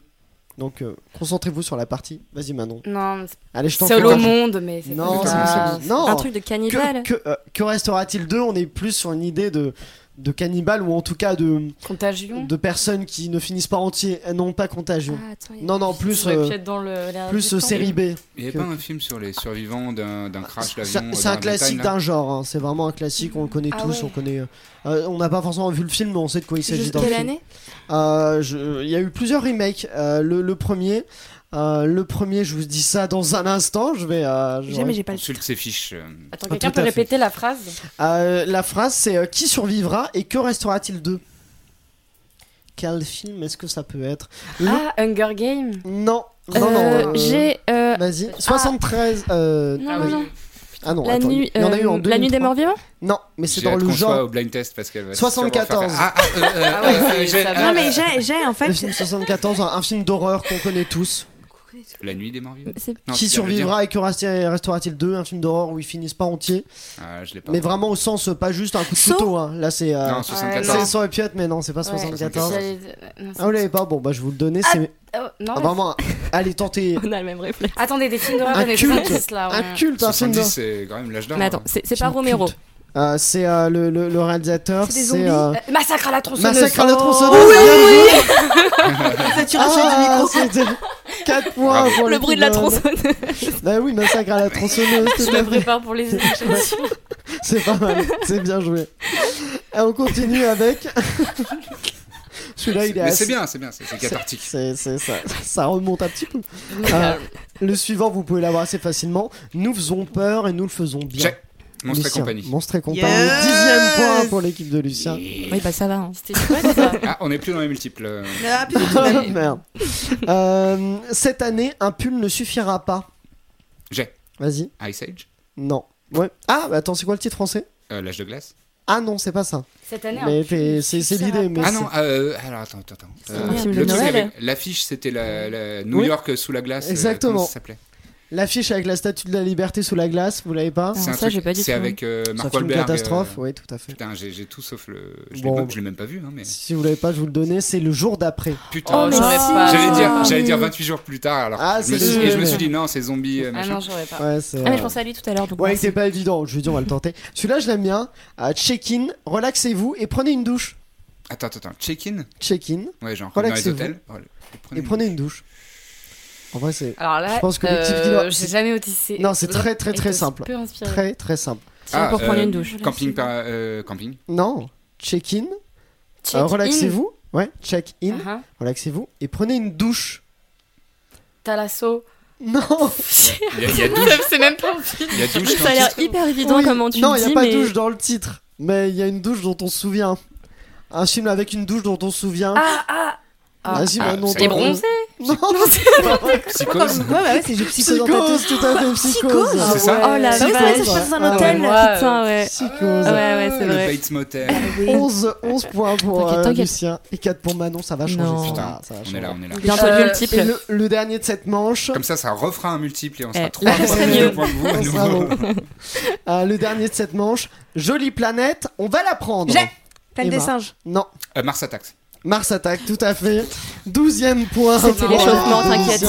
Speaker 6: Donc euh, concentrez-vous sur la partie. Vas-y Manon.
Speaker 7: non
Speaker 6: Allez, je t'en
Speaker 7: seul au
Speaker 6: prie.
Speaker 7: monde, mais c'est
Speaker 6: Non,
Speaker 7: pas
Speaker 6: c'est
Speaker 7: ça.
Speaker 6: c'est- non.
Speaker 1: Un truc de
Speaker 6: que,
Speaker 1: cannibale.
Speaker 6: que, euh, que restera-t-il d'eux On est plus sur une idée de de cannibale ou en tout cas de
Speaker 7: Contagion.
Speaker 6: de personnes qui ne finissent pas entiers, euh, non pas contagion.
Speaker 1: Ah, attends, il y a-
Speaker 6: Non, non, plus,
Speaker 7: J'aurais
Speaker 6: euh,
Speaker 7: pu être dans le. l'air
Speaker 6: plus
Speaker 7: du
Speaker 6: euh,
Speaker 7: temps.
Speaker 6: série B.
Speaker 2: Il n'y a
Speaker 6: Que-
Speaker 2: pas un film sur les survivants d'un d'un crash
Speaker 6: C'est
Speaker 2: d'avion. euh,
Speaker 6: c'est
Speaker 2: dans
Speaker 6: un
Speaker 2: la montagne,
Speaker 6: classique
Speaker 2: là
Speaker 6: d'un genre, hein, c'est vraiment un classique, on le connaît
Speaker 7: Ah
Speaker 6: tous,
Speaker 7: ouais.
Speaker 6: on connaît. euh, euh, on n'a pas forcément vu le film, mais on sait de quoi il s'agit
Speaker 1: Juste
Speaker 6: dans le
Speaker 1: quelle
Speaker 6: film.
Speaker 1: année
Speaker 6: Euh, je- Il y a eu plusieurs remakes. euh, le, le premier, euh, le premier, je vous dis ça dans un instant, je vais. euh, je-
Speaker 8: Jamais j'ai pas le titre.
Speaker 2: Consulte ses fiches. euh,
Speaker 7: Attends,
Speaker 6: Ah,
Speaker 7: quelqu'un
Speaker 6: tout
Speaker 7: peut
Speaker 6: à fait.
Speaker 7: répéter la phrase
Speaker 6: Euh, la phrase, c'est euh, qui survivra et que restera-t-il d'eux Quel film est-ce que ça peut être Le-
Speaker 7: Ah, Hunger Game.
Speaker 6: Non, non, non.
Speaker 1: Euh,
Speaker 6: euh,
Speaker 1: J'ai. euh,
Speaker 6: Vas-y, 73. euh,
Speaker 1: Non,
Speaker 7: Ah
Speaker 1: non,
Speaker 7: oui.
Speaker 1: non.
Speaker 6: Ah non,
Speaker 1: La
Speaker 6: attends,
Speaker 1: nuit,
Speaker 6: il y en a eu en
Speaker 1: euh, la nuit
Speaker 6: 2003.
Speaker 1: des morts vivants
Speaker 6: Non, mais c'est
Speaker 2: j'ai
Speaker 6: dans
Speaker 2: hâte
Speaker 6: le
Speaker 2: qu'on soit
Speaker 6: genre.
Speaker 2: au blind test parce qu'elle va
Speaker 6: 74.
Speaker 2: sûrement faire- Ah, ah, euh, euh,
Speaker 7: Ah ouais,
Speaker 2: euh,
Speaker 7: c'est-
Speaker 2: j'ai-
Speaker 7: ça
Speaker 2: ah,
Speaker 7: va.
Speaker 8: Non, mais j'ai, j'ai en fait.
Speaker 6: Le film 74, un, un film d'horreur qu'on connaît tous.
Speaker 2: La nuit des morts vivants.
Speaker 1: C'est-
Speaker 2: Non,
Speaker 6: qui
Speaker 2: c'est bien de le dire.
Speaker 6: survivra et que restera- restera-t-il d'eux Un film d'horreur où ils finissent pas entiers.
Speaker 2: Ah, je l'ai pas.
Speaker 6: Mais vraiment au sens, euh, pas juste un coup de
Speaker 8: Saut
Speaker 6: couteau. hein. Là, c'est. euh,
Speaker 2: Non,
Speaker 6: c'est
Speaker 2: 74.
Speaker 6: sans épiette, mais non, c'est pas
Speaker 7: Ouais.
Speaker 6: 74.
Speaker 7: J'allais dire- euh, non, c'est-
Speaker 6: Ah, vous l'avez pas Bon, bah, je vous le donnais. C'est
Speaker 7: Oh, non,
Speaker 6: ah, vraiment. un- Allez, tentez.
Speaker 1: On a le même réflexe.
Speaker 7: Attendez, des films d'horreur
Speaker 6: Un
Speaker 7: des
Speaker 6: culte.
Speaker 7: 70 là. on-
Speaker 6: Un culte, un film
Speaker 2: 70,
Speaker 6: d'horreur.
Speaker 2: c'est quand même l'âge hein. d'or.
Speaker 1: Mais attends, c'est c'est pas
Speaker 6: Film
Speaker 1: Romero.
Speaker 6: culte. Euh, c'est euh, le, le- le réalisateur.
Speaker 8: C'est des
Speaker 6: C'est.
Speaker 8: zombies.
Speaker 6: euh,
Speaker 7: Euh, Massacre à la tronçonneuse.
Speaker 6: Massacre à la
Speaker 7: Oh.
Speaker 6: tronçonneuse. bien joué.
Speaker 8: Saturation
Speaker 6: Ah, c'était 4 points pour
Speaker 1: Le bruit de la
Speaker 6: film d'horreur.
Speaker 1: tronçonneuse.
Speaker 6: Bah oui, massacre à la tronçonneuse.
Speaker 7: Je
Speaker 6: tout à
Speaker 7: me
Speaker 6: fait.
Speaker 7: prépare pour les émissions.
Speaker 6: C'est pas mal, c'est bien joué. Et on continue avec. Celui-là, il
Speaker 2: Mais
Speaker 6: est
Speaker 2: c'est
Speaker 6: assez.
Speaker 2: bien, c'est bien, c'est c'est cathartique.
Speaker 6: C'est, c'est- ça, ça remonte un petit peu. Euh, le suivant, vous pouvez l'avoir assez facilement. Nous faisons peur et nous le faisons bien.
Speaker 2: Check. Monstre et
Speaker 6: Lucien,
Speaker 2: compagnie.
Speaker 6: Monstre et compagnie.
Speaker 8: Yes.
Speaker 6: Dixième point pour l'équipe de Lucien.
Speaker 1: Oui, bah ça va. hein.
Speaker 7: C'était chouette ça.
Speaker 2: Ah, on n'est plus dans les multiples. euh,
Speaker 8: Ah, putain,
Speaker 6: Ah, merde. Euh, cette année, un pull ne suffira pas.
Speaker 2: J'ai
Speaker 6: Vas-y.
Speaker 2: Ice Age,
Speaker 6: Non. Ouais. Ah, bah attends, c'est quoi le titre français
Speaker 2: euh, l'âge de glace.
Speaker 6: Ah non, c'est pas ça.
Speaker 7: Cette année,
Speaker 6: Mais
Speaker 7: un film
Speaker 6: t'es- c'est, c'est
Speaker 7: suffira
Speaker 6: l'idée. Mais
Speaker 2: Ah
Speaker 6: c'est-
Speaker 2: non, euh, alors attends, attends, attends. Euh,
Speaker 1: un film de
Speaker 2: le truc
Speaker 1: Noël.
Speaker 2: avec- L'affiche, c'était la, la New
Speaker 6: Oui.
Speaker 2: York sous la glace. euh,
Speaker 6: Exactement.
Speaker 2: comment ça s'appelait
Speaker 6: L'affiche avec la statue de la liberté sous la glace, vous l'avez pas
Speaker 1: Ah,
Speaker 2: C'est un
Speaker 1: ça,
Speaker 2: truc-
Speaker 1: j'ai pas du
Speaker 2: C'est
Speaker 1: tout. hein.
Speaker 2: avec euh,
Speaker 6: C'est un
Speaker 2: Mark
Speaker 6: film
Speaker 2: Wahlberg.
Speaker 6: catastrophe,
Speaker 2: euh,
Speaker 6: oui, tout à fait.
Speaker 2: Putain, j'ai j'ai tout sauf le. Je l'ai
Speaker 6: Bon.
Speaker 2: pas- je l'ai même pas vu, hein, mais.
Speaker 6: Si vous l'avez pas, je vous le donnais, c'est le jour d'après.
Speaker 2: Putain,
Speaker 7: Oh,
Speaker 1: Oh, mais
Speaker 7: j'aurais
Speaker 1: si.
Speaker 7: pas.
Speaker 2: j'allais
Speaker 1: Ah,
Speaker 2: dire, j'allais
Speaker 1: oui.
Speaker 2: dire 28 jours plus tard. Alors,
Speaker 6: Ah,
Speaker 2: je, me
Speaker 6: c'est
Speaker 2: suis,
Speaker 6: désolé.
Speaker 2: et je me suis dit, non, c'est zombie. euh,
Speaker 7: Ah
Speaker 2: machin.
Speaker 7: non, j'aurais pas.
Speaker 6: Ouais, c'est.
Speaker 1: Ah, mais
Speaker 6: euh,
Speaker 1: je pensais à lui tout à l'heure. donc
Speaker 6: Ouais,
Speaker 1: merci.
Speaker 6: c'est pas évident, je lui dis, on va le tenter. Celui-là, je l'aime bien. Ah, check-in, relaxez-vous et prenez une douche.
Speaker 2: Attends, attends, attends. Check-in
Speaker 6: Check-in
Speaker 2: Ouais, genre, comme dans les
Speaker 6: Relaxez-vous.
Speaker 2: hôtels. Ouais,
Speaker 6: et prenez une douche. En vrai, c'est
Speaker 7: Alors là,
Speaker 6: Je pense que l'équipe
Speaker 7: euh,
Speaker 6: d'Inoa-
Speaker 7: j'ai jamais autissé.
Speaker 6: Non, c'est très, très,
Speaker 7: Et
Speaker 6: très
Speaker 7: de-
Speaker 6: simple.
Speaker 7: peu inspiré.
Speaker 6: très, très simple.
Speaker 1: Tiens,
Speaker 2: Ah,
Speaker 1: pour prendre
Speaker 2: euh,
Speaker 1: une douche.
Speaker 2: Camping par. euh, camping.
Speaker 6: Non, check-in,
Speaker 7: Check
Speaker 6: euh,
Speaker 7: in.
Speaker 6: relaxez-vous. Ouais, check-in,
Speaker 1: Ah.
Speaker 7: Uh-huh.
Speaker 6: relaxez-vous et prenez une douche.
Speaker 7: Talasso.
Speaker 6: Non,
Speaker 2: Il y a, il y a douche.
Speaker 7: C'est même pas un film.
Speaker 2: Il y a douche
Speaker 1: Ça
Speaker 2: dans
Speaker 1: a
Speaker 2: le
Speaker 1: l'air
Speaker 2: titre.
Speaker 1: hyper évident
Speaker 6: Oui.
Speaker 1: comment tu
Speaker 6: Non, il
Speaker 1: le
Speaker 6: n'y a
Speaker 1: dis,
Speaker 6: pas
Speaker 1: mais
Speaker 6: de douche dans le titre, mais il y a une douche dont on se souvient. Un film avec une douche dont on se souvient.
Speaker 7: Ah, ah, ah.
Speaker 6: Vas-y,
Speaker 2: Ah,
Speaker 6: Manon,
Speaker 2: ça y
Speaker 7: T'es
Speaker 2: est.
Speaker 6: t'en-
Speaker 7: bronzé
Speaker 6: Non,
Speaker 2: Psychose
Speaker 8: Ouais, bah ouais, c'est jeu psycho dans ta tête.
Speaker 6: psychose, tout à fait psychose.
Speaker 8: Psychose
Speaker 2: C'est ça
Speaker 1: Oh la
Speaker 8: Bah oui, c'est vrai, ça
Speaker 1: vache.
Speaker 8: se passe dans
Speaker 6: Ah
Speaker 8: un
Speaker 1: Hôtel,
Speaker 8: hôtel.
Speaker 7: ouais.
Speaker 1: putain, ouais.
Speaker 6: Psychose.
Speaker 1: Ah Ouais, ouais, c'est
Speaker 2: Le
Speaker 1: vrai.
Speaker 2: Bates Motel.
Speaker 6: Ah,
Speaker 8: Ah
Speaker 1: Oui.
Speaker 6: 11, 11 points pour
Speaker 1: T'inquiète,
Speaker 6: euh,
Speaker 1: t'inquiète.
Speaker 6: Lucien et 4 pour Manon, ça va changer.
Speaker 1: Non.
Speaker 6: ça
Speaker 2: Putain,
Speaker 6: va, ça va
Speaker 2: On est
Speaker 6: changer.
Speaker 2: là, on est là.
Speaker 1: Bientôt
Speaker 7: Euh,
Speaker 1: le multiple.
Speaker 6: Et le, le dernier de cette manche,
Speaker 2: Comme ça, ça refera un multiple et on sera
Speaker 1: Eh,
Speaker 2: trois fois
Speaker 1: c'est
Speaker 2: plus de
Speaker 1: mieux.
Speaker 2: points que vous à
Speaker 6: on sera
Speaker 2: nouveau.
Speaker 6: bon. Euh, le dernier de cette manche, jolie planète, on va la prendre.
Speaker 8: J'ai- Planète des
Speaker 6: Emma.
Speaker 8: singes.
Speaker 6: Non,
Speaker 2: Euh, Mars Attacks.
Speaker 6: Mars attaque, tout à fait. 12ème point.
Speaker 1: C'était l'échauffement, t'inquiète.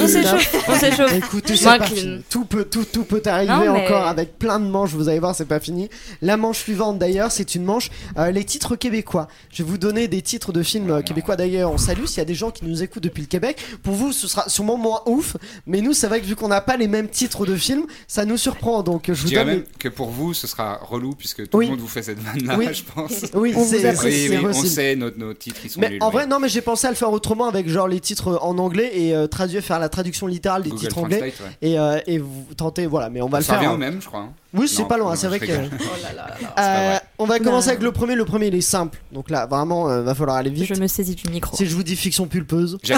Speaker 1: On s'échauffe, on s'échauffe.
Speaker 6: Écoutez, c'est
Speaker 7: Moi
Speaker 6: pas
Speaker 7: qui-
Speaker 6: fini. Tout peut, tout, tout peut arriver
Speaker 1: Non, mais-
Speaker 6: encore avec plein de manches. Vous allez voir, c'est pas fini. La manche suivante, d'ailleurs, c'est une manche. euh, les titres québécois. Je vais vous donner des titres de films euh, québécois. D'ailleurs, on salue s'il y a des gens qui nous écoutent depuis le Québec. Pour vous, ce sera sûrement moins ouf. Mais nous, c'est vrai que vu qu'on n'a pas les mêmes titres de films, ça nous surprend. Donc, je
Speaker 2: Je
Speaker 6: vous
Speaker 2: dirais
Speaker 6: donne.
Speaker 2: même que pour vous, ce sera relou puisque tout
Speaker 6: Oui.
Speaker 2: le monde vous fait cette vanne-là,
Speaker 6: Oui.
Speaker 2: je pense.
Speaker 6: Oui,
Speaker 8: On vous
Speaker 6: c'est
Speaker 2: Oui,
Speaker 6: c'est- c'est
Speaker 8: apprécie.
Speaker 2: oui, on
Speaker 6: possible.
Speaker 2: sait, nos, nos titres, ils sont
Speaker 6: Mais
Speaker 2: nuls,
Speaker 6: en
Speaker 2: ouais.
Speaker 6: vrai, non, mais j'ai pensé à le faire autrement avec genre les titres en anglais et euh, traduire, faire la traduction littérale des
Speaker 2: Google
Speaker 6: titres anglais
Speaker 2: Translate, ouais.
Speaker 6: et, euh, et vous tentez, voilà, mais on va le
Speaker 2: Ça
Speaker 6: faire.
Speaker 2: revient
Speaker 6: hein.
Speaker 2: au même, je crois. hein.
Speaker 6: Oui, c'est
Speaker 2: Non,
Speaker 6: pas loin,
Speaker 2: non,
Speaker 6: c'est vrai
Speaker 2: je
Speaker 6: que.
Speaker 2: rigole.
Speaker 7: Oh là là là.
Speaker 2: pas
Speaker 6: Euh,
Speaker 2: vrai.
Speaker 6: on va
Speaker 1: Bah.
Speaker 6: commencer avec le premier. Le premier, il est simple. Donc là, vraiment, euh, va falloir aller vite.
Speaker 1: Je me saisis du micro.
Speaker 6: Si je vous dis fiction pulpeuse,
Speaker 2: J'ai-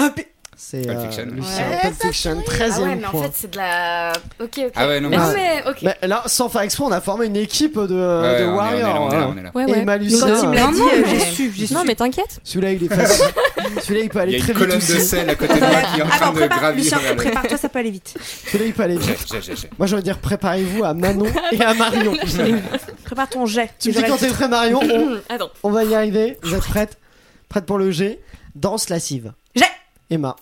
Speaker 6: c'est
Speaker 2: Pulp
Speaker 6: euh,
Speaker 2: Fiction.
Speaker 6: Lucien,
Speaker 7: Ouais,
Speaker 6: Pulp Fiction, 13
Speaker 7: Ah
Speaker 6: e
Speaker 7: ouais, mais en
Speaker 6: point.
Speaker 7: fait, c'est de la. Ok, ok.
Speaker 2: Ah ouais, non,
Speaker 7: mais
Speaker 2: mais.
Speaker 7: non,
Speaker 2: Ouais,
Speaker 7: mais ok.
Speaker 6: Mais là, sans faire exprès, on a formé une équipe de,
Speaker 2: ouais, on
Speaker 6: de
Speaker 2: est- on est là,
Speaker 6: Warriors.
Speaker 2: on est là,
Speaker 6: hein.
Speaker 2: on est là.
Speaker 7: Ah
Speaker 1: Ouais,
Speaker 6: Et
Speaker 1: ouais.
Speaker 6: Emma Lucet,
Speaker 1: Non,
Speaker 8: Quand il me
Speaker 1: non,
Speaker 7: hein.
Speaker 8: l'a dit, euh,
Speaker 1: mais-
Speaker 8: j'ai su, j'ai su.
Speaker 1: Non, mais t'inquiète.
Speaker 6: Celui-là, il est facile. Celui-là, il peut
Speaker 2: Il
Speaker 6: aller
Speaker 2: y a
Speaker 6: très
Speaker 2: une
Speaker 6: vite
Speaker 2: colonne de
Speaker 6: aussi.
Speaker 2: sel à côté de moi qui est en
Speaker 8: Ah, bah,
Speaker 2: train
Speaker 8: on
Speaker 2: de
Speaker 8: prépare,
Speaker 2: gravir.
Speaker 8: Lucien,
Speaker 2: vers le-
Speaker 8: prépare-toi, ça peut aller vite.
Speaker 6: Celui-là, il peut aller
Speaker 2: J'ai-
Speaker 6: vite.
Speaker 2: j'ai- j'ai- j'ai.
Speaker 6: Moi, j'aurais dire préparez-vous à Manon et à Marion.
Speaker 8: Prépare ton jet.
Speaker 6: tu me dis quand t'es prêt, Marion, on,
Speaker 1: Hum,
Speaker 7: Attends.
Speaker 6: on va y arriver. Vous êtes prête Prête pour le G Danse lascive.
Speaker 8: J'ai.
Speaker 6: Emma.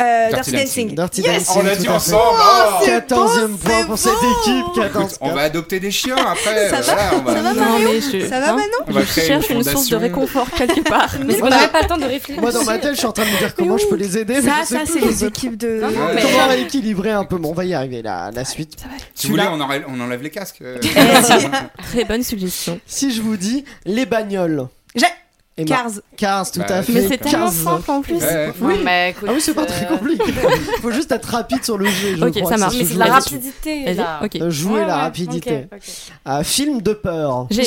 Speaker 8: Euh,
Speaker 2: Dirty
Speaker 8: Dirty
Speaker 2: Dancing.
Speaker 8: Dancing.
Speaker 6: Dirty
Speaker 8: Yes
Speaker 6: Dancing.
Speaker 2: On l'a
Speaker 6: tout
Speaker 2: dit
Speaker 6: à fait.
Speaker 2: ensemble oh
Speaker 6: 14e point
Speaker 8: bon, c'est
Speaker 6: pour cette
Speaker 8: bon.
Speaker 6: équipe. 14
Speaker 2: Écoute, on va adopter des chiens après. euh,
Speaker 8: Ça
Speaker 2: voilà, on
Speaker 8: Ça va,
Speaker 1: Non,
Speaker 8: Mario
Speaker 1: mais je...
Speaker 8: Ça va
Speaker 1: hein,
Speaker 8: maintenant
Speaker 2: On va
Speaker 1: Je
Speaker 2: créer une
Speaker 1: cherche une source de
Speaker 2: fondation.
Speaker 1: réconfort quelque part.
Speaker 7: Mais on
Speaker 6: Voilà.
Speaker 7: n'avait pas le temps de réfléchir.
Speaker 6: Moi dans ma tête, je suis en train de me dire comment je peux les aider. mais
Speaker 8: Ça,
Speaker 6: je sais
Speaker 8: ça,
Speaker 6: plus,
Speaker 8: c'est
Speaker 6: je
Speaker 8: les
Speaker 6: sais
Speaker 8: équipes de.
Speaker 7: Non, non,
Speaker 2: Ouais.
Speaker 6: pas
Speaker 7: mais.
Speaker 6: Comment rééquilibrer un peu Bon, on va y arriver là, la suite.
Speaker 2: Si vous voulez,
Speaker 6: Celui-là,
Speaker 2: on, enlève- on enlève les casques.
Speaker 6: Eh,
Speaker 2: euh.
Speaker 1: Très bonne suggestion.
Speaker 6: Si je vous dis les bagnoles.
Speaker 8: J'ai.
Speaker 6: Emma.
Speaker 8: Cars.
Speaker 6: Cars, tout
Speaker 2: Bah,
Speaker 6: à fait.
Speaker 1: Mais c'est tellement
Speaker 6: 15.
Speaker 1: simple en plus.
Speaker 2: Ouais.
Speaker 7: Oui, mais écoute.
Speaker 6: Ah oui, c'est pas
Speaker 7: euh,
Speaker 6: très compliqué. Faut juste être rapide sur le jeu. Je
Speaker 1: Ok,
Speaker 6: crois
Speaker 1: ça
Speaker 6: que
Speaker 1: marche.
Speaker 7: Mais
Speaker 6: se
Speaker 7: c'est de
Speaker 6: joue
Speaker 7: la
Speaker 6: là-dessus.
Speaker 7: rapidité. là.
Speaker 1: Vas-y, ok.
Speaker 6: Euh, Jouer
Speaker 7: Ouais,
Speaker 6: la
Speaker 7: ouais,
Speaker 6: rapidité.
Speaker 7: ok, ok.
Speaker 6: Euh, film de peur.
Speaker 1: J'ai-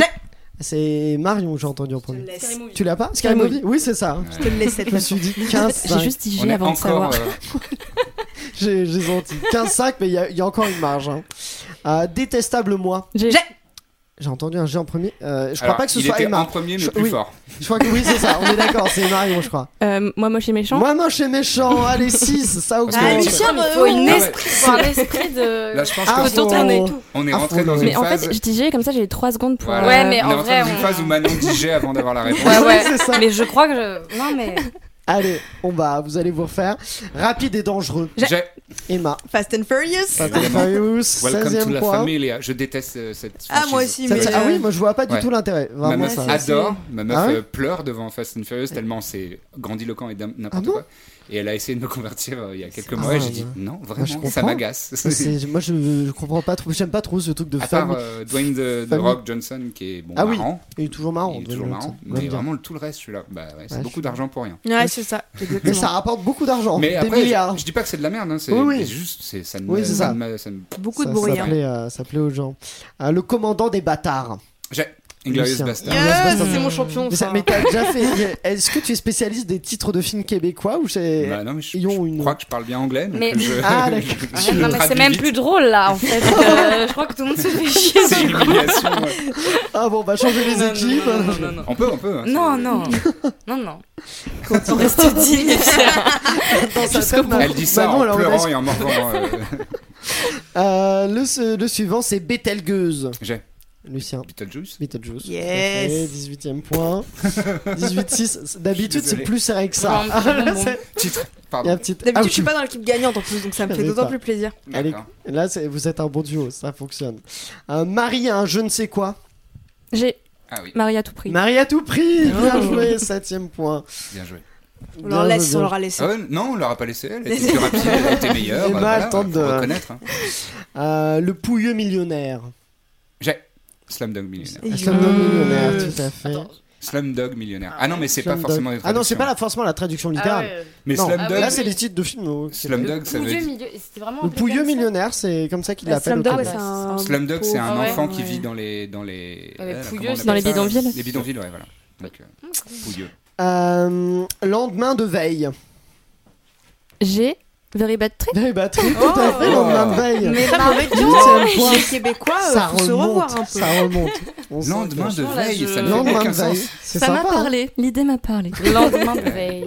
Speaker 6: C'est Marion, j'ai entendu en premier.
Speaker 7: Scary movie.
Speaker 6: Tu l'as pas Sky
Speaker 1: Scary
Speaker 6: Movie Oui, c'est ça.
Speaker 8: Je te le laisse cette
Speaker 6: Je me suis dit 15.
Speaker 1: J'ai juste dit
Speaker 2: On
Speaker 1: j'ai
Speaker 2: est
Speaker 1: avant de
Speaker 2: encore.
Speaker 1: savoir.
Speaker 2: euh,
Speaker 6: J'ai j'ai senti. 15-5, mais il y, a- il y a encore une marge. hein. Euh, détestable moi.
Speaker 1: J'ai-
Speaker 6: J'ai entendu un G en premier. Euh, je crois
Speaker 2: alors,
Speaker 6: pas que ce
Speaker 2: il
Speaker 6: soit
Speaker 2: était en
Speaker 6: Emma.
Speaker 2: premier, mais
Speaker 6: Je-
Speaker 2: plus
Speaker 6: oui.
Speaker 2: fort.
Speaker 6: Je crois que oui, c'est ça. On est d'accord, c'est Marion, je crois.
Speaker 1: Euh, Moi, moche et méchant.
Speaker 6: Moi, moche et méchant. Allez, 6. Ça augmente.
Speaker 2: Ah,
Speaker 8: Ah,
Speaker 2: Lucien,
Speaker 8: Lucien,
Speaker 7: Il euh, faut une
Speaker 2: Ah ouais.
Speaker 7: esprit, faut un esprit de.
Speaker 2: Là, je pense
Speaker 6: Ah,
Speaker 2: qu'on
Speaker 6: faut
Speaker 1: Faut tourner.
Speaker 2: on est
Speaker 6: Ah,
Speaker 2: rentré
Speaker 6: faut-
Speaker 2: dans une
Speaker 1: Mais en
Speaker 2: phase.
Speaker 1: fait, je digérais comme ça, j'ai 3 secondes pour.
Speaker 2: Voilà.
Speaker 7: Ouais, mais
Speaker 2: on est
Speaker 7: en
Speaker 2: rentré
Speaker 7: vrai,
Speaker 2: dans une
Speaker 7: on-
Speaker 2: phase où Manon digeait avant d'avoir la réponse.
Speaker 7: Ouais, ouais.
Speaker 6: c'est ça.
Speaker 7: Mais je crois que je. Non, mais.
Speaker 6: Allez, on va, vous allez vous refaire. Rapide et dangereux.
Speaker 2: J'ai-
Speaker 6: Emma.
Speaker 8: Fast and Furious.
Speaker 6: Fast and Furious,
Speaker 2: Welcome to
Speaker 6: 16ème
Speaker 2: la
Speaker 6: point.
Speaker 2: famille. Je déteste euh, cette.
Speaker 8: Ah, moi
Speaker 2: franchise.
Speaker 8: aussi,
Speaker 6: Ça
Speaker 8: mais.
Speaker 6: veut dire- Ah oui, moi je vois pas du
Speaker 2: Ouais.
Speaker 6: tout l'intérêt.
Speaker 2: Ma
Speaker 6: Vraiment
Speaker 2: meuf
Speaker 6: ça.
Speaker 2: adore, ma meuf
Speaker 6: Ah ouais
Speaker 2: euh, pleure devant Fast and Furious tellement c'est grandiloquent et d'im- n'importe
Speaker 6: Ah bon
Speaker 2: quoi. Et elle a essayé de me convertir euh, il y a quelques
Speaker 6: Ah
Speaker 2: mois et j'ai dit
Speaker 6: ouais.
Speaker 2: non,
Speaker 6: je
Speaker 2: vraiment, ça
Speaker 6: comprends.
Speaker 2: m'agace.
Speaker 6: C'est- Moi je, je comprends pas trop, j'aime pas trop ce truc de
Speaker 2: À part
Speaker 6: femme.
Speaker 2: euh, Dwayne de,
Speaker 6: Famille.
Speaker 2: Rock Johnson qui est bon,
Speaker 6: Ah oui,
Speaker 2: marrant,
Speaker 6: Il est toujours marrant.
Speaker 2: il est toujours
Speaker 6: Dwayne
Speaker 2: marrant,
Speaker 6: Johnson.
Speaker 2: mais
Speaker 6: J'aime bien.
Speaker 2: vraiment tout le reste celui-là, bah, ouais, c'est
Speaker 6: Ouais,
Speaker 2: beaucoup
Speaker 6: je-
Speaker 2: d'argent pour rien.
Speaker 8: Ouais, c'est ça.
Speaker 6: Mais ça rapporte beaucoup d'argent.
Speaker 2: Mais
Speaker 6: Des
Speaker 2: après,
Speaker 6: milliards.
Speaker 2: je, je dis pas que c'est de la merde, hein, c'est
Speaker 6: Oui, oui.
Speaker 2: c'est juste, c'est- ça ne
Speaker 6: Oui,
Speaker 2: me-
Speaker 6: c'est ça.
Speaker 2: me- me- ça me-
Speaker 8: Beaucoup de
Speaker 6: Ça-
Speaker 8: bruit.
Speaker 6: Ça
Speaker 8: hein.
Speaker 6: plaît, euh, ça plaît aux gens. Euh, le commandant des bâtards.
Speaker 2: J'ai Inglorious
Speaker 6: Lucien.
Speaker 2: Bastard.
Speaker 6: Yeah.
Speaker 7: Yes,
Speaker 6: Mmh.
Speaker 7: c'est mon champion.
Speaker 6: Mais, ça-
Speaker 7: ça.
Speaker 6: mais t'as déjà fait. Est-ce que tu es spécialiste des titres de films québécois ou c'est.
Speaker 2: Bah, non, mais je,
Speaker 6: Ils ont
Speaker 2: je
Speaker 6: une-
Speaker 2: crois que je parle bien anglais. donc
Speaker 7: Mais-
Speaker 2: je-
Speaker 6: Ah, d'accord.
Speaker 2: je
Speaker 7: Ouais,
Speaker 2: le
Speaker 7: non, mais c'est
Speaker 2: traduis
Speaker 7: même
Speaker 2: vite.
Speaker 7: plus drôle là en fait. Euh, je crois que tout le monde se fait chier.
Speaker 2: C'est une
Speaker 7: du coup.
Speaker 2: humiliation. ouais.
Speaker 6: Ah bon, on va changer les équipes.
Speaker 7: Non, non, non, non.
Speaker 2: On peut, on peut. hein,
Speaker 7: Non,
Speaker 2: c'est-
Speaker 7: non, non, non. On reste digne et fier.
Speaker 6: Dans sa tête, Manon-
Speaker 2: Elle dit ça
Speaker 6: Manon,
Speaker 2: en
Speaker 6: elle
Speaker 2: pleurant
Speaker 6: reste-
Speaker 2: et en mordant. euh,
Speaker 6: Euh, le, su- le suivant, c'est Betelgeuse.
Speaker 2: J'ai
Speaker 6: Lucien.
Speaker 2: Beetlejuice.
Speaker 6: Betelgeuse.
Speaker 8: Yes.
Speaker 6: 18 e point. 18-6. D'habitude,
Speaker 2: Je suis
Speaker 6: c'est
Speaker 2: désolé.
Speaker 6: plus serré que ça.
Speaker 7: Bon,
Speaker 6: Ah, là,
Speaker 7: bon,
Speaker 6: c'est-
Speaker 2: Titre.
Speaker 6: Il y a un
Speaker 2: Pardon.
Speaker 6: petit.
Speaker 8: D'habitude,
Speaker 6: Ah,
Speaker 8: je
Speaker 6: oui.
Speaker 8: suis pas dans l'équipe gagnante en plus, donc ça me
Speaker 6: Je
Speaker 8: fait
Speaker 6: savais
Speaker 8: d'autant
Speaker 6: pas.
Speaker 8: plus plaisir.
Speaker 6: Allez,
Speaker 2: D'accord.
Speaker 6: là, c'est- vous êtes un bon duo, ça fonctionne. Euh, Marie à un je ne sais quoi.
Speaker 1: J'ai
Speaker 2: Ah
Speaker 6: Bah.
Speaker 2: oui,
Speaker 1: Marie à tout prix.
Speaker 6: Marie à tout prix, bien
Speaker 1: Oh.
Speaker 6: joué, septième point.
Speaker 2: bien joué.
Speaker 8: On leur
Speaker 6: Bien,
Speaker 8: laisse,
Speaker 6: bien.
Speaker 8: on leur a laissé.
Speaker 2: Ah ouais, non, on l'aura pas laissé. Elle était plus rapide, elle était meilleure.
Speaker 6: Emma,
Speaker 2: bah, voilà,
Speaker 6: elle tente
Speaker 2: faut
Speaker 6: Eh ben, de-
Speaker 2: reconnaître. hein.
Speaker 6: Euh, le pouilleux millionnaire.
Speaker 2: J'ai Slumdog Millionnaire.
Speaker 8: Et
Speaker 6: Slumdog millionnaire, tout à fait.
Speaker 2: Slumdog Millionnaire. Ah non, mais c'est pas
Speaker 6: Slumdog.
Speaker 2: forcément. des
Speaker 6: Ah non, c'est
Speaker 2: traductions.
Speaker 6: pas la- forcément la traduction
Speaker 7: Ah
Speaker 6: littérale.
Speaker 2: Mais
Speaker 6: Non,
Speaker 2: Slumdog.
Speaker 6: là,
Speaker 7: oui.
Speaker 6: c'est les titres de films. ok.
Speaker 2: Slumdog, ça veut dire.
Speaker 6: Le pouilleux millionnaire, c'est comme ça qu'il
Speaker 8: La
Speaker 6: l'appelle. au
Speaker 8: Slumdog, ouais,
Speaker 6: Québec.
Speaker 8: c'est un.
Speaker 2: Slumdog, c'est un
Speaker 6: Ah
Speaker 7: Ouais.
Speaker 2: enfant qui
Speaker 8: Ouais.
Speaker 2: vit dans les. Dans les, euh,
Speaker 7: Dans les
Speaker 2: là,
Speaker 7: pouilleux,
Speaker 2: comment on
Speaker 7: c'est
Speaker 2: appelle
Speaker 1: Ah dans les
Speaker 2: ça
Speaker 1: bidonvilles. Ah.
Speaker 2: Les bidonvilles, ouais, voilà. Donc, euh, pouilleux.
Speaker 6: Euh, lendemain de veille.
Speaker 1: G, Very Bad Trip.
Speaker 6: Eh bah, très tout à fait,
Speaker 2: Oh.
Speaker 6: lendemain de veille.
Speaker 8: Mais Marvel, tu
Speaker 6: Huitième point.
Speaker 8: vois, les Québécois,
Speaker 6: ça
Speaker 8: euh, faut se revoir un
Speaker 6: remonte,
Speaker 8: peu.
Speaker 6: ça remonte. On sent
Speaker 2: Lendemain de
Speaker 7: franchement, là,
Speaker 2: veille,
Speaker 7: je-
Speaker 2: ça n'a
Speaker 6: Lendemain
Speaker 2: aucun
Speaker 6: de veille,
Speaker 2: sens.
Speaker 6: c'est
Speaker 1: Ça m'a
Speaker 6: sympa. hein.
Speaker 1: parlé, l'idée m'a parlé.
Speaker 7: Lendemain de veille.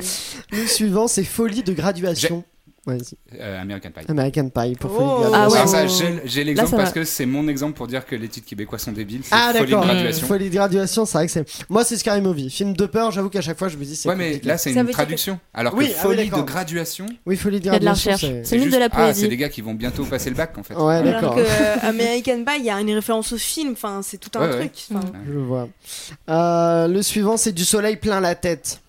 Speaker 6: Le suivant, c'est Folie de graduation. Vas-y.
Speaker 2: Euh, American Pie.
Speaker 6: American Pie pour
Speaker 8: Oh.
Speaker 6: Folie de graduation.
Speaker 1: Ah ouais.
Speaker 2: Alors ça, j'ai j'ai l'exemple
Speaker 1: ça va.
Speaker 2: parce que c'est mon exemple pour dire que les titres québécois sont débiles. C'est
Speaker 6: Ah,
Speaker 2: folie de
Speaker 6: d'accord.
Speaker 2: graduation.
Speaker 6: Folie de graduation, c'est vrai que c'est. Moi, c'est Scary Movie. Film de peur, j'avoue qu'à chaque fois, je me dis c'est.
Speaker 2: Ouais, mais
Speaker 6: compliqué.
Speaker 2: là, c'est
Speaker 1: Ça veut
Speaker 2: une
Speaker 1: dire
Speaker 2: traduction. Alors
Speaker 6: Oui,
Speaker 2: que
Speaker 6: ah oui,
Speaker 2: folie de
Speaker 6: d'accord.
Speaker 2: graduation,
Speaker 6: Oui, Folie de
Speaker 1: Il y a de la
Speaker 6: graduation.
Speaker 1: recherche.
Speaker 6: c'est-
Speaker 1: C'est juste de la
Speaker 2: Ah, c'est des
Speaker 1: poésie.
Speaker 2: gars qui vont bientôt passer le bac en fait.
Speaker 6: Ouais,
Speaker 8: Alors
Speaker 6: d'accord.
Speaker 8: que euh, American Pie, il y a une référence au film, enfin, c'est tout un
Speaker 2: Ouais, ouais.
Speaker 8: truc. enfin.
Speaker 6: Je vois. Euh, le suivant, c'est du soleil plein la tête.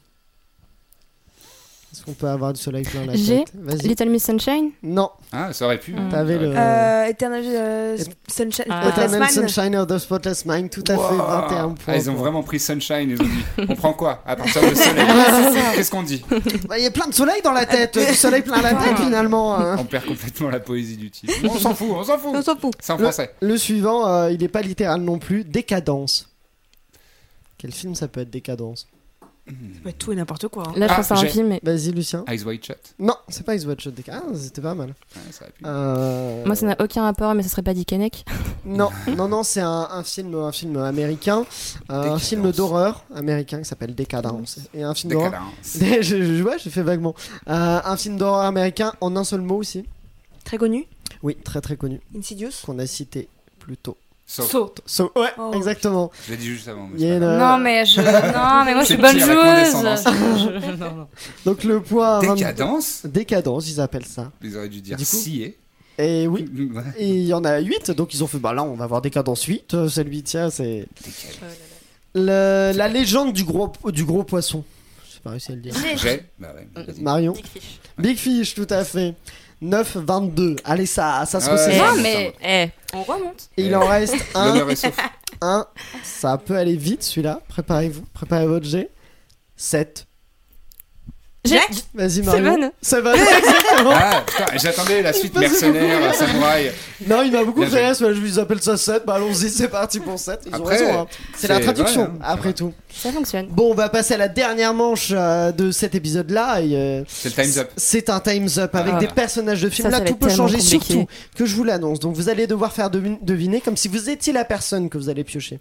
Speaker 6: Est-ce qu'on peut avoir du soleil plein la
Speaker 1: J'ai
Speaker 6: tête Vas-y.
Speaker 1: Little Miss Sunshine.
Speaker 6: Non,
Speaker 2: Ah, ça aurait pu.
Speaker 7: Mm.
Speaker 6: t'avais le.
Speaker 8: Euh, Eternal euh, Sunshine,
Speaker 7: Ah.
Speaker 8: Spotless
Speaker 6: Eternal
Speaker 8: Man.
Speaker 6: Sunshine of the Spotless Mind, tout à fait,
Speaker 2: Wow.
Speaker 6: 21 points.
Speaker 2: Ah, ils ont
Speaker 6: quoi.
Speaker 2: vraiment pris Sunshine, ils ont dit on prend quoi à partir de soleil Qu'est-ce qu'on dit
Speaker 6: Bah, Il y a plein de soleil dans la tête, euh, du soleil plein la tête finalement. hein.
Speaker 2: On perd complètement la poésie du titre. On s'en fout, on s'en
Speaker 8: On
Speaker 2: fout
Speaker 8: s'en fout.
Speaker 2: C'est en français.
Speaker 6: Le suivant, euh, il n'est pas littéral non plus, Décadence. Quel film ça peut être Décadence
Speaker 8: Ouais, tout et n'importe quoi. hein.
Speaker 1: Là, je
Speaker 2: Ah,
Speaker 1: pense à un
Speaker 2: j'ai-
Speaker 1: film, mais
Speaker 6: Vas-y Lucien.
Speaker 2: Eyes Wide Shut.
Speaker 6: Non, c'est pas X-Watch Décadence, ah, c'était pas mal.
Speaker 2: Ouais, ça aurait pu.
Speaker 6: Euh,
Speaker 1: moi, ça n'a aucun rapport, mais ça serait pas Dick Henneck.
Speaker 6: Non, non, non, c'est un, un film, un film américain, euh, un
Speaker 2: Décadence.
Speaker 6: film d'horreur américain qui s'appelle Décadence. Et un film d'horreur.
Speaker 2: Décadence.
Speaker 6: je, je, ouais, j'ai fait vaguement. Euh, un film d'horreur américain en un seul mot aussi.
Speaker 8: Très connu.
Speaker 6: Oui, très très connu,
Speaker 8: Insidious.
Speaker 6: qu'on a cité plus tôt.
Speaker 2: Sauf,
Speaker 7: Saute.
Speaker 6: So, ouais,
Speaker 8: Oh.
Speaker 6: exactement.
Speaker 2: je l'ai dit juste avant. mais
Speaker 6: Il y
Speaker 2: c'est
Speaker 6: a une,
Speaker 2: pas
Speaker 6: euh,
Speaker 7: Non, mais je. Non, mais moi, je
Speaker 2: C'est
Speaker 7: suis bonne
Speaker 2: pire, la
Speaker 7: joueuse.
Speaker 2: condescendance.
Speaker 7: Je- non, non.
Speaker 6: euh, Donc le poids. à
Speaker 2: grave.
Speaker 6: 20
Speaker 2: Décadence
Speaker 6: Décadence, ils appellent ça.
Speaker 2: Ils auraient dû dire
Speaker 6: Du coup-
Speaker 2: scié.
Speaker 6: Et oui.
Speaker 2: Ouais.
Speaker 6: Et il y en a 8, donc ils ont fait bah là on va avoir Décadence 8, euh, celui tiens c'est.
Speaker 2: Décadence.
Speaker 6: Le- la légende du gros, du gros poisson. Je sais pas réussi à le dire.
Speaker 2: J'ai. Bah ouais, vas-y.
Speaker 6: Marion.
Speaker 7: Dick Fish.
Speaker 6: Big Fish, tout à fait. 9, 22. Allez, ça, ça se
Speaker 2: Ouais.
Speaker 6: resserre.
Speaker 7: Non,
Speaker 2: ça,
Speaker 7: mais. Eh, on remonte.
Speaker 6: Il en reste un.
Speaker 2: L'honneur est sauf.
Speaker 6: 1. Ça peut aller vite, celui-là. Préparez-vous. Préparez votre jet. 7.
Speaker 1: J'ai-
Speaker 6: Vas-y, Marion.
Speaker 1: Seven.
Speaker 6: Seven, exactement.
Speaker 2: Ah, putain, j'attendais la suite
Speaker 6: Il passe
Speaker 2: mercenaire, samouraï.
Speaker 6: Non, il m'a beaucoup
Speaker 2: Bien
Speaker 6: fait
Speaker 2: joué.
Speaker 6: rire, parce que je lui appelle ça 7. Bah, allons-y, c'est parti pour 7. Ils ont
Speaker 2: Après,
Speaker 6: raison. hein. C'est la
Speaker 2: c'est-
Speaker 6: traduction,
Speaker 2: ouais, hein, c'est
Speaker 6: après
Speaker 2: vrai.
Speaker 6: tout.
Speaker 1: Ça fonctionne.
Speaker 6: Bon, on va passer à la dernière manche euh, de cet épisode-là. et, euh,
Speaker 2: C'est le time's up.
Speaker 6: C'est un time's up avec
Speaker 1: Ah.
Speaker 6: des personnages de films.
Speaker 1: Ça,
Speaker 6: Là,
Speaker 1: ça va
Speaker 6: tout
Speaker 1: être
Speaker 6: peut
Speaker 1: tellement
Speaker 6: changer,
Speaker 1: compliqué.
Speaker 6: surtout que je vous l'annonce. Donc, vous allez devoir faire devin- deviner comme si vous étiez la personne que vous allez piocher.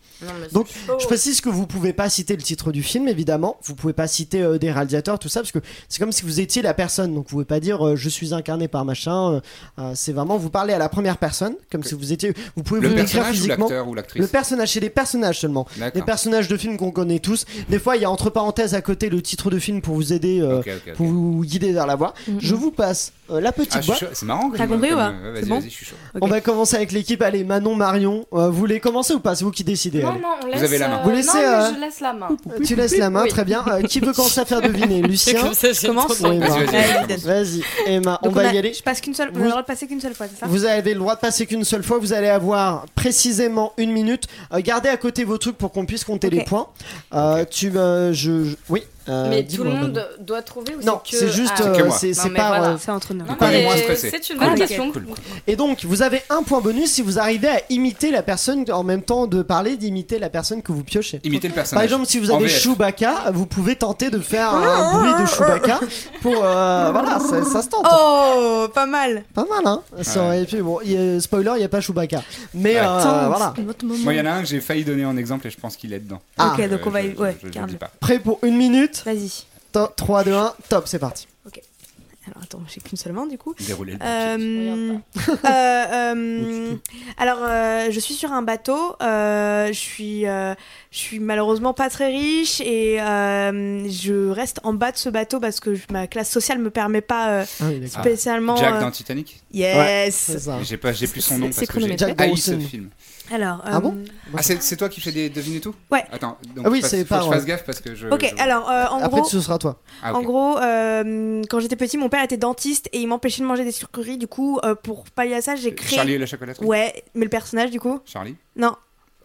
Speaker 6: Donc,
Speaker 8: Oh.
Speaker 1: Oh.
Speaker 6: je précise que vous pouvez pas citer le titre du film, évidemment. Vous pouvez pas citer euh, des réalisateurs, tout ça, parce que c'est comme si vous étiez la personne. Donc, vous pouvez pas dire euh, je suis incarné par machin. euh, euh, c'est vraiment vous parler à la première personne, comme si vous étiez. Vous pouvez
Speaker 2: Le
Speaker 6: vous décrire
Speaker 2: personnage ou
Speaker 6: physiquement.
Speaker 2: l'acteur ou
Speaker 6: Le
Speaker 2: l'actrice
Speaker 6: personnage, c'est les personnages seulement. Les
Speaker 2: D'accord.
Speaker 6: personnages de films qu'on connaît tous. Des fois, il y a entre parenthèses à côté le titre de film pour vous aider, euh,
Speaker 2: Ok, ok, ok.
Speaker 6: pour vous guider vers la voie.
Speaker 7: Mm-hmm.
Speaker 6: Je vous passe euh, la petite
Speaker 2: Ah, je suis
Speaker 6: boîte. Ah,
Speaker 2: chaud. C'est marrant. euh,
Speaker 8: T'as compris ou pas
Speaker 2: Vas-y,
Speaker 8: C'est bon
Speaker 2: vas-y, je suis chaud.
Speaker 8: Ok.
Speaker 6: On va commencer avec l'équipe. Allez, Manon, Marion, euh, vous voulez commencer ou pas C'est vous qui décidez.
Speaker 7: Non,
Speaker 6: allez.
Speaker 7: non, on laisse.
Speaker 2: avez la main.
Speaker 7: euh,
Speaker 6: Vous laissez,
Speaker 7: Non, mais
Speaker 6: euh,
Speaker 7: je laisse la main.
Speaker 6: Euh, Tu laisses la main,
Speaker 7: Oui.
Speaker 6: très bien. Euh, qui veut commencer à faire deviner Lucien
Speaker 7: Comme ça, j'ai
Speaker 8: commence.
Speaker 7: trop de-
Speaker 1: Euh,
Speaker 6: Oui, bah.
Speaker 2: Vas-y, vas-y,
Speaker 8: Ouais,
Speaker 2: commence.
Speaker 6: Vas-y, Emma, on
Speaker 8: Donc,
Speaker 6: va
Speaker 8: a-
Speaker 6: y aller.
Speaker 8: Je passe qu'une seule. On a
Speaker 6: Vous-
Speaker 8: le droit de passer qu'une seule fois, c'est ça
Speaker 6: Vous avez le droit de passer qu'une seule fois, vous allez avoir précisément une minute. Euh, gardez à côté vos trucs pour qu'on puisse compter
Speaker 8: Ok.
Speaker 6: les points. Euh, Tu veux. Je, je- oui. euh,
Speaker 7: Mais tout
Speaker 6: dis-moi,
Speaker 7: le
Speaker 6: Manon.
Speaker 7: monde doit trouver ou
Speaker 6: Non,
Speaker 7: que-
Speaker 6: c'est juste.
Speaker 7: Ah,
Speaker 6: euh,
Speaker 2: C'est que moi.
Speaker 6: c'est
Speaker 7: Non,
Speaker 6: c'est
Speaker 7: mais
Speaker 6: pas.
Speaker 7: voilà.
Speaker 6: euh,
Speaker 8: C'est entre nous.
Speaker 7: Non,
Speaker 6: pas les
Speaker 7: mais
Speaker 2: moins stressés.
Speaker 7: C'est une
Speaker 6: Cool.
Speaker 7: bonne
Speaker 6: Ok.
Speaker 7: question.
Speaker 2: Cool, cool.
Speaker 6: Et donc, vous avez un point bonus si vous arrivez à imiter la personne, en même temps de parler d'imiter la personne que vous piochez.
Speaker 2: Imiter le
Speaker 6: Par
Speaker 2: personnage.
Speaker 6: exemple, si vous
Speaker 2: En
Speaker 6: avez
Speaker 2: VF.
Speaker 6: Chewbacca, vous pouvez tenter de faire un bruit de Chewbacca pour. euh, voilà, ça, ça se tente.
Speaker 8: Oh, pas mal.
Speaker 6: Pas mal, hein Ça
Speaker 2: Ouais.
Speaker 6: aurait pu- Bon, il y a- spoiler, il n'y a pas Chewbacca. Mais
Speaker 2: Ouais.
Speaker 6: euh,
Speaker 8: Attends,
Speaker 6: voilà.
Speaker 8: Notre moment.
Speaker 2: Moi, il y en a un que j'ai failli donner en exemple et je pense qu'il est dedans.
Speaker 6: Ah.
Speaker 8: Ok, donc on va.
Speaker 2: Je- je-
Speaker 8: Ouais,
Speaker 2: je- je le dis
Speaker 8: garde.
Speaker 2: pas.
Speaker 6: Prêt pour une minute
Speaker 8: Vas-y.
Speaker 6: Top, 3, 2, 1, top, c'est parti.
Speaker 8: Alors attends, j'ai qu'une seule main du coup.
Speaker 2: Déroulez le papier.
Speaker 8: Euh, euh, euh, alors, euh, je suis sur un bateau. euh, je suis, euh, je suis malheureusement pas très riche et euh, je reste en bas de ce bateau parce que je- ma classe sociale me permet pas euh,
Speaker 6: Ah oui, d'accord.
Speaker 8: spécialement.
Speaker 2: Jack
Speaker 8: euh,
Speaker 2: dans Titanic
Speaker 8: yes.
Speaker 6: C'est ça.
Speaker 2: J'ai pas, j'ai plus son nom
Speaker 1: C'est- c'est
Speaker 2: parce que j'ai
Speaker 6: chronométré.
Speaker 2: haï
Speaker 6: Ah. Jack
Speaker 2: ce
Speaker 6: Dawson.
Speaker 2: film.
Speaker 8: Alors. euh,
Speaker 6: Ah bon
Speaker 2: Ah, c'est c'est toi qui fais des deviner tout
Speaker 8: Ouais.
Speaker 2: Attends, donc
Speaker 6: Ah oui,
Speaker 2: faut-
Speaker 6: c'est
Speaker 2: faut
Speaker 6: pas
Speaker 2: que je
Speaker 6: vrai.
Speaker 2: fasse gaffe parce que je.
Speaker 8: Ok,
Speaker 2: je-
Speaker 8: alors euh, en
Speaker 6: Après,
Speaker 8: gros,
Speaker 6: ce sera toi.
Speaker 2: Ah, ok.
Speaker 8: en gros, euh, quand j'étais petit, mon père était dentiste et il m'empêchait de manger des sucreries. Du coup, euh, pour pallier à ça, j'ai créé.
Speaker 2: Charlie et la chocolaterie
Speaker 8: Ouais, mais le personnage du coup
Speaker 2: Charlie
Speaker 8: Non,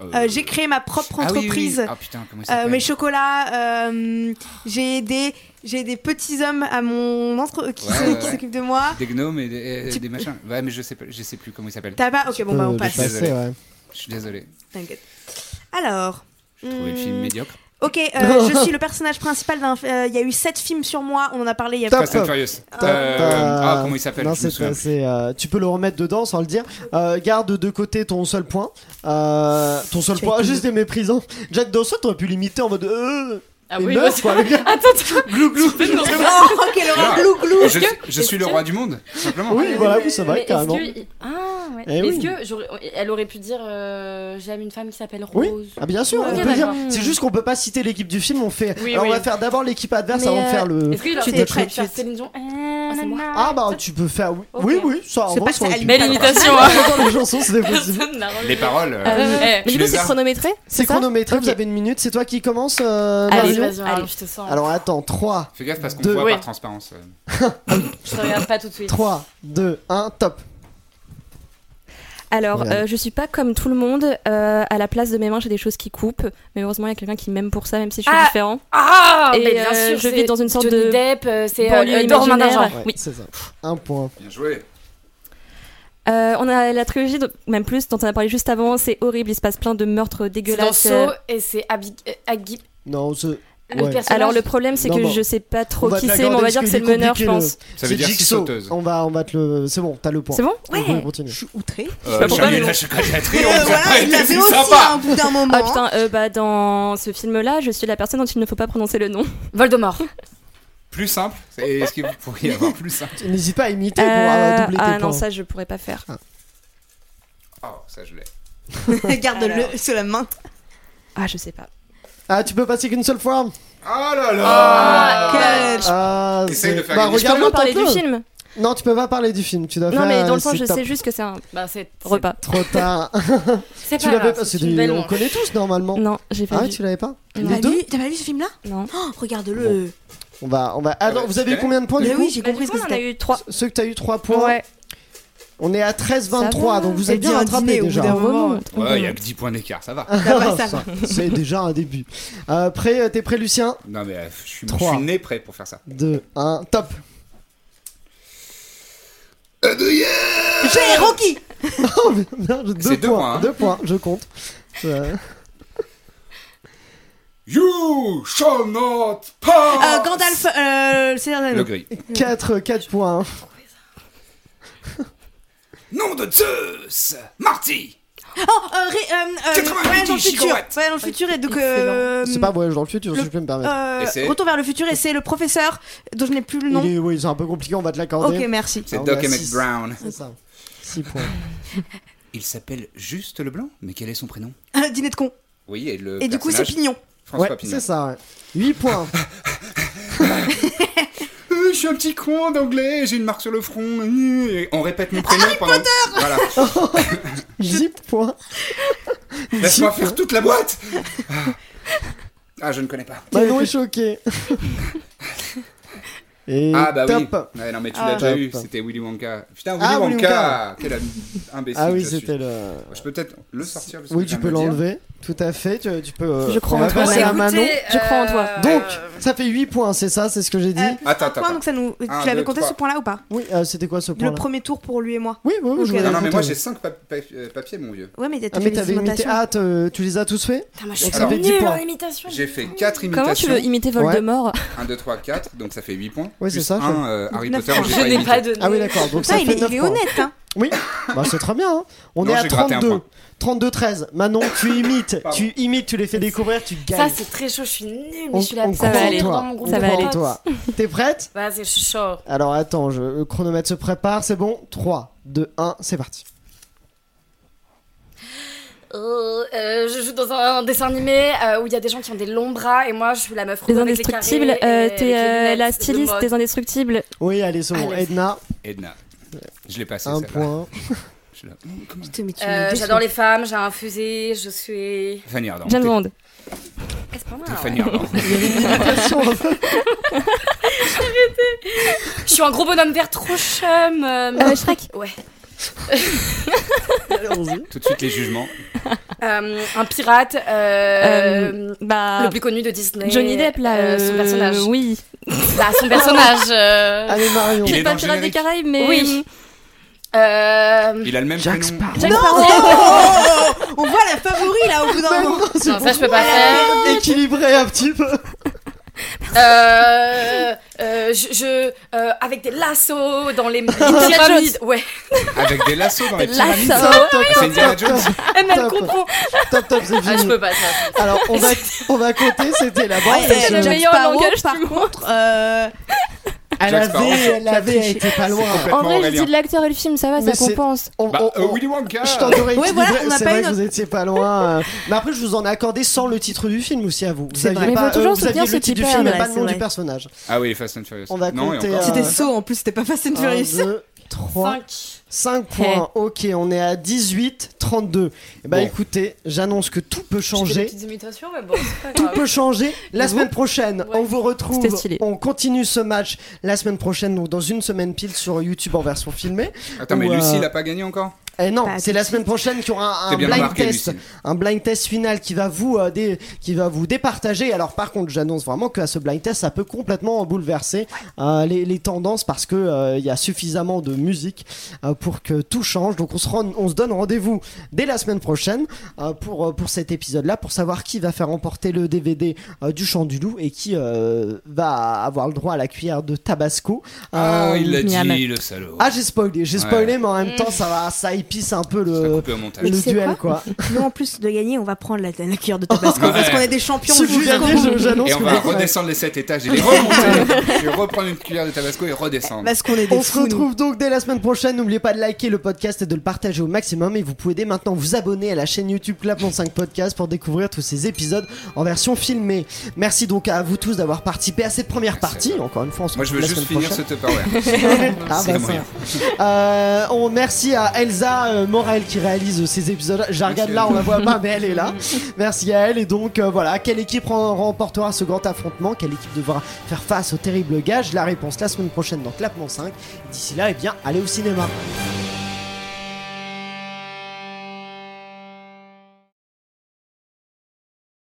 Speaker 2: Euh,
Speaker 8: Euh, j'ai créé ma propre
Speaker 2: ah oui, oui, oui.
Speaker 8: entreprise.
Speaker 2: Ah putain, comment il
Speaker 8: Euh,
Speaker 2: s'appelle
Speaker 8: mes chocolats, euh, j'ai aidé, j'ai des petits hommes à mon entre euh, qui
Speaker 2: Ouais,
Speaker 8: se-
Speaker 2: ouais,
Speaker 8: qui
Speaker 2: ouais.
Speaker 8: s'occupent de moi.
Speaker 2: Des gnomes et des,
Speaker 8: Tu-
Speaker 2: des machins. Ouais, mais je sais, pas, je sais plus comment il s'appelle.
Speaker 8: T'as pas Ok, bon bah
Speaker 6: Euh,
Speaker 8: on
Speaker 6: le
Speaker 8: passe.
Speaker 6: passé,
Speaker 2: Désolé.
Speaker 6: ouais.
Speaker 2: Je suis désolé.
Speaker 8: T'inquiète. Alors,
Speaker 2: J'ai trouvé le film
Speaker 8: hmm,
Speaker 2: médiocre.
Speaker 8: Ok, euh, je suis le personnage principal d'un. euh, Il y a eu 7 films sur moi, on en a parlé il y a
Speaker 6: Top.
Speaker 2: Fast and Furious. Euh,
Speaker 6: T'as-
Speaker 2: ah, comment il s'appelle
Speaker 6: Non,
Speaker 2: Je me
Speaker 6: c'est-
Speaker 2: souviens plus.
Speaker 6: c'est, euh, tu peux le remettre dedans sans le dire. Euh, garde de côté ton seul point. Euh, ton seul
Speaker 1: Tu
Speaker 6: point,
Speaker 1: as été-
Speaker 6: juste des méprisants. Jack Dawson, t'aurais pu l'imiter en mode. Euh,
Speaker 7: Ah
Speaker 6: et
Speaker 7: oui,
Speaker 6: meurt,
Speaker 7: bah,
Speaker 6: quoi, le gars.
Speaker 7: glou glou.
Speaker 8: Oh, quelle
Speaker 2: Ah,
Speaker 8: horreur.
Speaker 1: glou.
Speaker 2: Je, je suis le roi du monde, simplement.
Speaker 6: Oui, voilà, oui, ça va,
Speaker 7: Mais est-ce
Speaker 6: carrément.
Speaker 7: que- Ah, ouais.
Speaker 6: Eh
Speaker 7: Est-ce
Speaker 6: oui.
Speaker 7: que j'aurais- elle aurait pu dire euh, j'aime une femme qui s'appelle
Speaker 6: Oui.
Speaker 7: Rose.
Speaker 6: Ah, bien sûr,
Speaker 7: Ok,
Speaker 6: on peut dire.
Speaker 7: d'accord.
Speaker 6: C'est juste qu'on peut pas citer l'équipe du film. On fait.
Speaker 7: Oui,
Speaker 6: alors, on
Speaker 7: oui.
Speaker 6: va faire d'abord l'équipe adverse
Speaker 1: Mais,
Speaker 6: avant de
Speaker 1: euh,
Speaker 6: faire le.
Speaker 7: Est-ce qu'il aurait
Speaker 6: Tu
Speaker 7: été
Speaker 6: t'es
Speaker 7: prêt de
Speaker 6: prête,
Speaker 7: faire
Speaker 6: tu-
Speaker 7: Céline Dion
Speaker 1: c'est moi.
Speaker 6: Ah bah tu peux faire oui
Speaker 7: Ok.
Speaker 6: oui, oui ça en
Speaker 8: C'est
Speaker 6: vrai,
Speaker 8: pas
Speaker 6: ça aurait
Speaker 8: ça,
Speaker 6: pu-
Speaker 7: Belle imitation. hein.
Speaker 6: Dans les chansons c'était possible.
Speaker 7: Personne n'a
Speaker 2: Les
Speaker 7: relevé.
Speaker 2: paroles.
Speaker 1: Ah
Speaker 2: euh,
Speaker 1: Mais
Speaker 2: Tu
Speaker 1: du coup,
Speaker 2: les
Speaker 1: c'est
Speaker 2: as
Speaker 1: chronométré
Speaker 6: C'est
Speaker 1: ça
Speaker 6: chronométré,
Speaker 1: Ok.
Speaker 6: vous avez une minute, c'est toi qui commence euh,
Speaker 1: Allez,
Speaker 6: Mario
Speaker 7: Vas-y, vas-y,
Speaker 1: Allez.
Speaker 7: je te sens.
Speaker 6: Alors attends, 3,
Speaker 2: Fais gaffe parce qu'on
Speaker 6: Deux.
Speaker 2: voit
Speaker 7: Oui.
Speaker 2: par transparence. euh.
Speaker 7: Je te regarde pas tout de suite.
Speaker 6: 3, 2, 1, top.
Speaker 1: Alors,
Speaker 6: Regarde.
Speaker 1: euh, je suis pas comme tout le monde. euh, à la place de mes mains, j'ai des choses qui coupent. Mais heureusement, il y a quelqu'un qui m'aime pour ça, même si je suis
Speaker 7: Ah
Speaker 1: différent.
Speaker 7: Ah,
Speaker 1: Et,
Speaker 7: mais bien
Speaker 1: euh,
Speaker 7: sûr,
Speaker 1: je
Speaker 7: c'est
Speaker 1: vis dans une sorte
Speaker 7: Johnny
Speaker 1: de
Speaker 7: Depp, euh, c'est
Speaker 1: banlieue
Speaker 7: euh, Dormin
Speaker 1: imaginaire.
Speaker 7: d'argent.
Speaker 1: Ouais.
Speaker 6: Ouais,
Speaker 1: Oui.
Speaker 6: c'est ça. Un point.
Speaker 2: Bien joué.
Speaker 1: Euh, on a la trilogie, donc- même plus, dont on a parlé juste avant. C'est horrible, il se passe plein de meurtres
Speaker 7: C'est dans
Speaker 1: dégueulasses.
Speaker 7: Saw et c'est Abby, euh, Aggie-
Speaker 6: Non, ce-
Speaker 7: le
Speaker 6: Ouais.
Speaker 7: personnage.
Speaker 1: Alors, le problème, c'est
Speaker 6: Non,
Speaker 1: que
Speaker 6: bon.
Speaker 1: je sais pas
Speaker 6: On
Speaker 1: trop
Speaker 6: va te
Speaker 1: qui
Speaker 6: la
Speaker 1: c'est, mais on
Speaker 6: garder
Speaker 1: va dire que
Speaker 6: parce
Speaker 1: c'est le
Speaker 6: qu'il est
Speaker 1: meneur, je
Speaker 6: compliqué,
Speaker 1: pense.
Speaker 2: Ça veut
Speaker 6: c'est
Speaker 2: dire six
Speaker 6: Jigsaw.
Speaker 2: sauteuses. Euh,
Speaker 6: On va on va te le c'est bon, t'as le point.
Speaker 1: C'est bon
Speaker 6: On peut
Speaker 1: Ouais.
Speaker 6: continuer.
Speaker 9: Je suis outré.
Speaker 2: Euh,
Speaker 1: pourquoi,
Speaker 2: Charlie
Speaker 1: mais
Speaker 2: la
Speaker 1: bon.
Speaker 8: Euh,
Speaker 2: chocolaterie, on vous a
Speaker 9: voilà,
Speaker 2: pas
Speaker 9: il
Speaker 2: été
Speaker 9: l'avait
Speaker 2: si
Speaker 9: aussi à
Speaker 2: sympa.
Speaker 8: hein,
Speaker 9: un bout d'un moment.
Speaker 1: Ah putain, euh, bah dans ce film-là, je suis la personne dont il ne faut pas prononcer le nom.
Speaker 7: Voldemort.
Speaker 1: Oh,
Speaker 2: Plus simple C'est- Est-ce que vous pourriez avoir plus simple
Speaker 6: N'hésite pas à imiter pour
Speaker 1: Euh,
Speaker 6: euh, doubler tes
Speaker 1: ah
Speaker 6: points. Ah.
Speaker 1: non, ça je pourrais pas faire.
Speaker 2: Oh, ça je l'ai.
Speaker 9: Garde-le sous la main.
Speaker 1: Ah, je sais pas.
Speaker 6: Ah, tu peux passer qu'une seule fois.
Speaker 2: Oh là là
Speaker 8: Ah,
Speaker 9: Quel-
Speaker 6: Ah,
Speaker 2: Essaye
Speaker 6: c'est-
Speaker 2: de faire
Speaker 6: bah,
Speaker 2: gagner. Je peux
Speaker 1: Comment
Speaker 6: regarde-le
Speaker 1: parler du
Speaker 6: tente-le.
Speaker 1: film
Speaker 6: Non, tu peux pas parler du film, tu dois
Speaker 1: Non,
Speaker 6: faire
Speaker 1: mais dans le
Speaker 6: euh,
Speaker 1: sens, je
Speaker 6: c'est
Speaker 1: sais juste que c'est un
Speaker 7: Bah, c'est c'est-
Speaker 1: repas.
Speaker 6: trop tard.
Speaker 7: C'est
Speaker 6: tu
Speaker 7: pas
Speaker 6: l'avais
Speaker 7: grave,
Speaker 6: pas, c'est
Speaker 7: une
Speaker 6: du-
Speaker 7: belle
Speaker 6: on
Speaker 7: manche.
Speaker 6: connaît tous normalement.
Speaker 1: Non, j'ai
Speaker 6: Ah,
Speaker 1: pas
Speaker 6: ouais,
Speaker 1: vu.
Speaker 6: tu l'avais pas
Speaker 1: Non.
Speaker 9: T'as
Speaker 6: Les deux
Speaker 9: vu, t'as pas vu ce film-là
Speaker 1: Non.
Speaker 9: Oh, regarde-le.
Speaker 6: On va on va Ah non,
Speaker 2: Ouais,
Speaker 6: vous avez eu
Speaker 2: ouais.
Speaker 6: combien de points du
Speaker 9: Mais
Speaker 6: coup
Speaker 9: oui, j'ai
Speaker 1: Bah,
Speaker 9: compris
Speaker 1: du
Speaker 9: ce
Speaker 1: coup,
Speaker 9: que
Speaker 1: on en a
Speaker 9: c'était.
Speaker 1: eu trois.
Speaker 6: Ceux que t'as eu 3 points.
Speaker 1: Ouais.
Speaker 6: On est à
Speaker 1: Ça
Speaker 6: 13-23,
Speaker 1: va,
Speaker 6: donc vous
Speaker 9: c'est
Speaker 6: êtes bien
Speaker 9: bien
Speaker 6: rattrapé
Speaker 9: dîné au bout
Speaker 6: déjà.
Speaker 9: d'un
Speaker 1: On
Speaker 9: moment.
Speaker 1: remonte. on
Speaker 2: Ouais, il y a
Speaker 1: remonte.
Speaker 2: que 10 points d'écart, ça va.
Speaker 8: Ah.
Speaker 9: va, ça
Speaker 6: Ça, C'est déjà un début. Euh, prêt, euh, t'es prêt, Lucien
Speaker 2: Non mais euh, je suis je
Speaker 6: Trois.
Speaker 2: suis né prêt pour faire ça.
Speaker 6: 2, 1, top
Speaker 9: J'ai Rocky
Speaker 6: Oh, merde, deux,
Speaker 2: C'est deux points, hein.
Speaker 6: deux points, je compte. Euh,
Speaker 2: You shall not
Speaker 1: Oh.
Speaker 8: Euh,
Speaker 2: pass
Speaker 8: Gandalf, euh, le Seigneur des
Speaker 2: Le
Speaker 8: Anneaux.
Speaker 2: gris.
Speaker 6: 4, 4 points.
Speaker 2: Nom de Zeus Marty
Speaker 8: Oh, euh, Ré- euh, euh,
Speaker 2: 88
Speaker 8: Voyage dans le futur.
Speaker 2: gigawatts.
Speaker 8: Voyage dans le futur et donc. euh,
Speaker 6: C'est pas voyage dans le futur, si
Speaker 8: le-
Speaker 6: je peux me permettre.
Speaker 8: euh,
Speaker 2: Et c'est-
Speaker 8: Retour vers le futur et c'est le professeur dont je n'ai plus le nom.
Speaker 6: Il est- oui, c'est un peu compliqué, on va te l'accorder.
Speaker 8: euh, Ok, merci.
Speaker 2: C'est
Speaker 6: Ah, on
Speaker 2: Doc
Speaker 6: est à
Speaker 2: Emmett
Speaker 6: six.
Speaker 2: Brown.
Speaker 6: C'est ça. 6 points.
Speaker 2: Il s'appelle juste le blanc, mais quel est son prénom
Speaker 8: Un Dîner de con.
Speaker 2: Oui, et le
Speaker 8: Et du coup, c'est
Speaker 2: personnage,
Speaker 8: Pignon.
Speaker 2: François
Speaker 6: ouais,
Speaker 2: Pignon.
Speaker 6: c'est ça, ouais. 8 points.
Speaker 2: Euh, je suis un petit con d'anglais, j'ai une marque sur le front. euh, et on répète mon prénom pendant. Voilà.
Speaker 6: 10 points.
Speaker 2: Laisse-moi faire toute la boîte Ah, je ne connais pas.
Speaker 6: Manon est choqué. Et
Speaker 2: Ah, bah
Speaker 6: top. Ah.
Speaker 2: oui. Ouais, non, mais tu l'as déjà
Speaker 6: Top.
Speaker 2: eu, c'était Willy Wonka. Putain, Willy
Speaker 6: Ah, Willy
Speaker 2: Wonka Quel am- imbécile.
Speaker 6: Ah oui,
Speaker 2: que je suis.
Speaker 6: c'était le...
Speaker 2: Je peux peut-être le sortir parce que
Speaker 6: Oui,
Speaker 2: je
Speaker 6: tu
Speaker 2: viens
Speaker 6: peux
Speaker 2: de le dire.
Speaker 6: l'enlever. Tout à fait. Tu, tu peux. euh,
Speaker 1: Je crois
Speaker 6: on va
Speaker 1: en toi,
Speaker 6: passer à
Speaker 1: Manon.
Speaker 6: Manon.
Speaker 7: Écoutez,
Speaker 1: Je crois en toi.
Speaker 7: euh,
Speaker 6: Donc, ça fait 8 points, c'est ça C'est ce que j'ai dit
Speaker 8: Euh, plus
Speaker 2: Attends,
Speaker 8: un
Speaker 2: attends,
Speaker 8: point,
Speaker 2: attends.
Speaker 8: donc ça nous.
Speaker 2: Un,
Speaker 8: tu l'avais
Speaker 2: deux,
Speaker 8: compté
Speaker 2: trois.
Speaker 8: ce point-là ou pas
Speaker 6: Oui, euh, c'était quoi ce point
Speaker 8: Le premier tour pour lui et moi.
Speaker 6: Oui, oui, oui, je
Speaker 8: Ok,
Speaker 6: voulais
Speaker 2: Non, non, mais moi
Speaker 6: raconter.
Speaker 2: j'ai 5 euh, papiers, mon vieux.
Speaker 8: Ouais, mais il y a
Speaker 6: Ah,
Speaker 8: toutes
Speaker 6: mais
Speaker 8: les
Speaker 6: t'avais imité.
Speaker 8: imitations.
Speaker 6: Ah, te- tu les as tous faits
Speaker 7: Putain, moi, je
Speaker 6: Donc
Speaker 7: suis
Speaker 6: ça fait
Speaker 7: nulle
Speaker 6: 10
Speaker 7: en
Speaker 6: points.
Speaker 7: imitation.
Speaker 2: J'ai fait 4 imitations.
Speaker 1: Comment tu veux imiter Voldemort
Speaker 2: 1, 2, 3, 4, donc ça fait 8 points.
Speaker 6: Oui,
Speaker 2: plus
Speaker 6: c'est ça, je-
Speaker 2: un, euh, Harry
Speaker 8: Neuf
Speaker 2: Potter,
Speaker 8: points.
Speaker 2: j'ai
Speaker 7: Je n'ai
Speaker 2: imité.
Speaker 7: pas donné.
Speaker 6: Ah, oui, d'accord. Donc ça
Speaker 8: Putain, il
Speaker 6: fait
Speaker 8: est,
Speaker 6: 9
Speaker 8: il est
Speaker 6: points.
Speaker 8: honnête, hein.
Speaker 6: Oui, bah c'est très bien. hein. On
Speaker 2: Non,
Speaker 6: est à
Speaker 2: j'ai gratté un
Speaker 6: 32.
Speaker 2: point.
Speaker 6: 32-13. Manon, tu imites.
Speaker 2: Pardon.
Speaker 6: Tu imites, tu les fais découvrir, tu
Speaker 7: Ça,
Speaker 6: gagnes.
Speaker 7: c'est très chaud, je suis nulle,
Speaker 6: On-
Speaker 7: mais je suis la
Speaker 6: on
Speaker 7: pire
Speaker 1: va aller.
Speaker 7: dans mon groupe.
Speaker 1: Ça
Speaker 7: de
Speaker 1: va aller.
Speaker 7: potes.
Speaker 6: toi. T'es prête
Speaker 7: Vas-y, je suis chaud.
Speaker 6: Alors attends, je- le chronomètre se prépare, c'est bon 3, 2, 1, c'est parti.
Speaker 7: Euh, euh, je joue dans un dessin animé euh, où il y a des gens qui ont des longs bras et moi je suis la meuf
Speaker 1: Les
Speaker 7: ronde avec les
Speaker 1: Indestructibles,
Speaker 7: carrés
Speaker 1: euh,
Speaker 7: et
Speaker 1: t'es
Speaker 7: avec les
Speaker 1: euh,
Speaker 7: lunettes
Speaker 1: la
Speaker 7: de
Speaker 1: styliste
Speaker 7: mode.
Speaker 1: des Indestructibles.
Speaker 6: Oui, allez, c'est bon.
Speaker 7: Allez.
Speaker 6: Edna,
Speaker 2: Edna. Je l'ai passé.
Speaker 6: 1
Speaker 2: celle-là.
Speaker 6: point.
Speaker 2: Je l'ai- Oh, comment-
Speaker 8: Putain, mais tu me
Speaker 7: Euh,
Speaker 8: déçois.
Speaker 7: J'adore les femmes, j'ai un fusil, je suis.
Speaker 2: Fanny Ardant.
Speaker 1: James Bond.
Speaker 7: C'est pas
Speaker 2: T'es-
Speaker 7: mal.
Speaker 2: t'es Fanny Ardant.
Speaker 7: Je suis un gros bonhomme vert trop chum. euh, mais-
Speaker 1: Euh, Shrek.
Speaker 7: ouais.
Speaker 6: Allons-y.
Speaker 2: Tout de suite les jugements.
Speaker 7: Euh, un pirate. euh,
Speaker 1: Euh, bah,
Speaker 7: Le plus connu de Disney.
Speaker 1: Johnny Depp là.
Speaker 7: Euh,
Speaker 1: euh,
Speaker 7: son personnage.
Speaker 1: Oui.
Speaker 7: Bah, son personnage. euh,
Speaker 6: Allez, Marion.
Speaker 2: Il est
Speaker 1: C'est
Speaker 2: dans
Speaker 1: pas
Speaker 2: le
Speaker 1: Pirates des
Speaker 2: générique.
Speaker 1: Caraïbes, mais.
Speaker 7: Oui. euh,
Speaker 2: Il a le même prénom.
Speaker 1: Jack Sparrow.
Speaker 9: On voit la favori là au bout d'un moment.
Speaker 6: C'est
Speaker 7: Non, ça, je peux pas
Speaker 9: Ouais.
Speaker 7: faire.
Speaker 6: équilibré un petit peu.
Speaker 7: Euh, euh, je. je- euh, avec des lassos dans les pyramides. Ouais.
Speaker 2: Avec des lassos dans les
Speaker 1: Des
Speaker 2: pyramides.
Speaker 1: lassos.
Speaker 6: Top, top,
Speaker 2: C'est
Speaker 6: top,
Speaker 2: Indiana
Speaker 6: top,
Speaker 2: Jones.
Speaker 7: Elle, elle
Speaker 6: Top.
Speaker 7: comprend.
Speaker 6: Top, top, c'est
Speaker 7: Ah, je
Speaker 6: fini.
Speaker 7: peux pas ça.
Speaker 6: Alors, on va, on va compter, c'était la bande.
Speaker 9: C'était
Speaker 1: le
Speaker 9: Jack
Speaker 1: meilleur
Speaker 9: Sparrow,
Speaker 1: langage
Speaker 9: par
Speaker 1: du monde.
Speaker 9: contre. euh,
Speaker 6: Elle
Speaker 2: Jack Sparrow.
Speaker 6: avait, elle avait, elle était pas loin.
Speaker 2: C'est
Speaker 1: En
Speaker 2: complètement
Speaker 1: vrai, je
Speaker 2: Aurélien.
Speaker 1: dis de l'acteur et le film, ça va,
Speaker 6: Mais
Speaker 1: ça
Speaker 6: c'est-
Speaker 1: compense.
Speaker 6: On-
Speaker 2: Bah,
Speaker 6: on-
Speaker 2: euh,
Speaker 6: on-
Speaker 2: Willy Wonka.
Speaker 6: Oh, Je t'en aurais
Speaker 9: Ouais, voilà,
Speaker 6: équilibré,
Speaker 9: on n'a
Speaker 6: c'est
Speaker 9: pas
Speaker 6: vrai
Speaker 9: eu
Speaker 6: que vous étiez pas loin. euh. Mais après, je vous en ai accordé sans le titre du film aussi à vous. Vous
Speaker 9: C'est
Speaker 6: aviez
Speaker 9: vrai.
Speaker 6: pas, euh,
Speaker 1: Mais faut toujours
Speaker 6: vous
Speaker 1: se
Speaker 6: aviez
Speaker 1: dire
Speaker 6: le
Speaker 1: ce
Speaker 6: titre
Speaker 1: qui
Speaker 6: du film,
Speaker 1: perd,
Speaker 6: mais pas
Speaker 9: ouais,
Speaker 6: le
Speaker 9: c'est
Speaker 6: nom du
Speaker 9: vrai.
Speaker 6: personnage.
Speaker 2: Ah oui, Fast and Furious.
Speaker 6: On va
Speaker 2: non, et
Speaker 6: compter,
Speaker 2: encore.
Speaker 6: euh,
Speaker 9: C'était saut en plus, c'était pas Fast and
Speaker 6: 1,
Speaker 9: Furious.
Speaker 6: 2, 3,
Speaker 7: 5.
Speaker 6: 5 points. Ok, on est à 18, 32. Eh ben
Speaker 2: Bon.
Speaker 6: écoutez, j'annonce que tout
Speaker 7: J'ai
Speaker 6: peut
Speaker 7: des
Speaker 6: changer.
Speaker 7: petites imitations, mais bon, c'est pas
Speaker 6: Tout
Speaker 7: grave.
Speaker 6: peut changer la semaine prochaine.
Speaker 7: Ouais.
Speaker 6: On vous retrouve.
Speaker 1: C'était stylé.
Speaker 6: On continue ce match la semaine prochaine, donc dans une semaine pile sur YouTube en version filmée.
Speaker 2: Attends, mais
Speaker 6: Ou, euh,
Speaker 2: Lucie, il a pas gagné encore
Speaker 6: Eh non,
Speaker 8: Pas
Speaker 6: c'est
Speaker 8: tout
Speaker 6: la
Speaker 8: de
Speaker 6: semaine prochaine qu'il y aura un, un
Speaker 2: T'es bien
Speaker 6: blind
Speaker 2: remarqué,
Speaker 6: test,
Speaker 2: Lucie.
Speaker 6: un blind test final qui va vous euh, dé- qui va vous départager. Alors par contre, j'annonce vraiment que à ce blind test, ça peut complètement bouleverser euh, les, les tendances parce que euh, il y a suffisamment de musique euh, pour que tout change. Donc on se rend- on se donne rendez-vous dès la semaine prochaine euh, pour euh, pour cet épisode-là pour savoir qui va faire remporter le DVD euh, du Chant du Loup et qui euh, va avoir le droit à la cuillère de Tabasco.
Speaker 2: Ah,
Speaker 6: Euh,
Speaker 2: il l'a
Speaker 1: Miam.
Speaker 2: dit, le salaud.
Speaker 6: ah, j'ai spoilé, j'ai
Speaker 2: Ouais.
Speaker 6: spoilé, mais en même temps, ça va, ça épice un peu
Speaker 2: Ça a
Speaker 6: le,
Speaker 2: coupé au
Speaker 6: le
Speaker 2: montage.
Speaker 8: tu sais
Speaker 6: duel, quoi.
Speaker 8: Nous, en plus de gagner, on va prendre la, la cuillère de tabasco.
Speaker 2: Ouais.
Speaker 9: Parce qu'on est des champions
Speaker 6: Si vous
Speaker 9: jusqu'au
Speaker 6: gagnez,
Speaker 9: bout.
Speaker 6: je- j'annonce
Speaker 2: Et on
Speaker 6: que
Speaker 2: va
Speaker 6: vous-
Speaker 2: redescendre les 7 étages et les remonter. Je vais reprendre une cuillère de tabasco et redescendre.
Speaker 9: Parce qu'on est des
Speaker 6: On se
Speaker 9: fous, nous.
Speaker 6: retrouve donc dès la semaine prochaine. N'oubliez pas de liker le podcast et de le partager au maximum. Et vous pouvez dès maintenant vous abonner à la chaîne YouTube Clapon 5 Podcast pour découvrir tous ces épisodes en version filmée. Merci donc à vous tous d'avoir participé à cette première partie. Encore une fois, on se
Speaker 2: Moi, je
Speaker 6: retrouve
Speaker 2: veux
Speaker 6: la
Speaker 2: juste finir
Speaker 6: semaine
Speaker 2: ce Tupperware.
Speaker 6: prochaine. Ah,
Speaker 2: C'est
Speaker 6: bah,
Speaker 2: le moyen.
Speaker 6: ça. Euh, on merci à Elsa euh, Morel qui réalise ces épisodes. Je la regarde
Speaker 2: Merci,
Speaker 6: là, on
Speaker 2: Elsa.
Speaker 6: la voit pas, mais elle est là. Merci à elle. Et donc euh, voilà, quelle équipe rem- remportera ce grand affrontement Quelle équipe devra faire face au terrible gage La réponse la semaine prochaine dans Clapement 5. D'ici là, eh bien, allez au cinéma.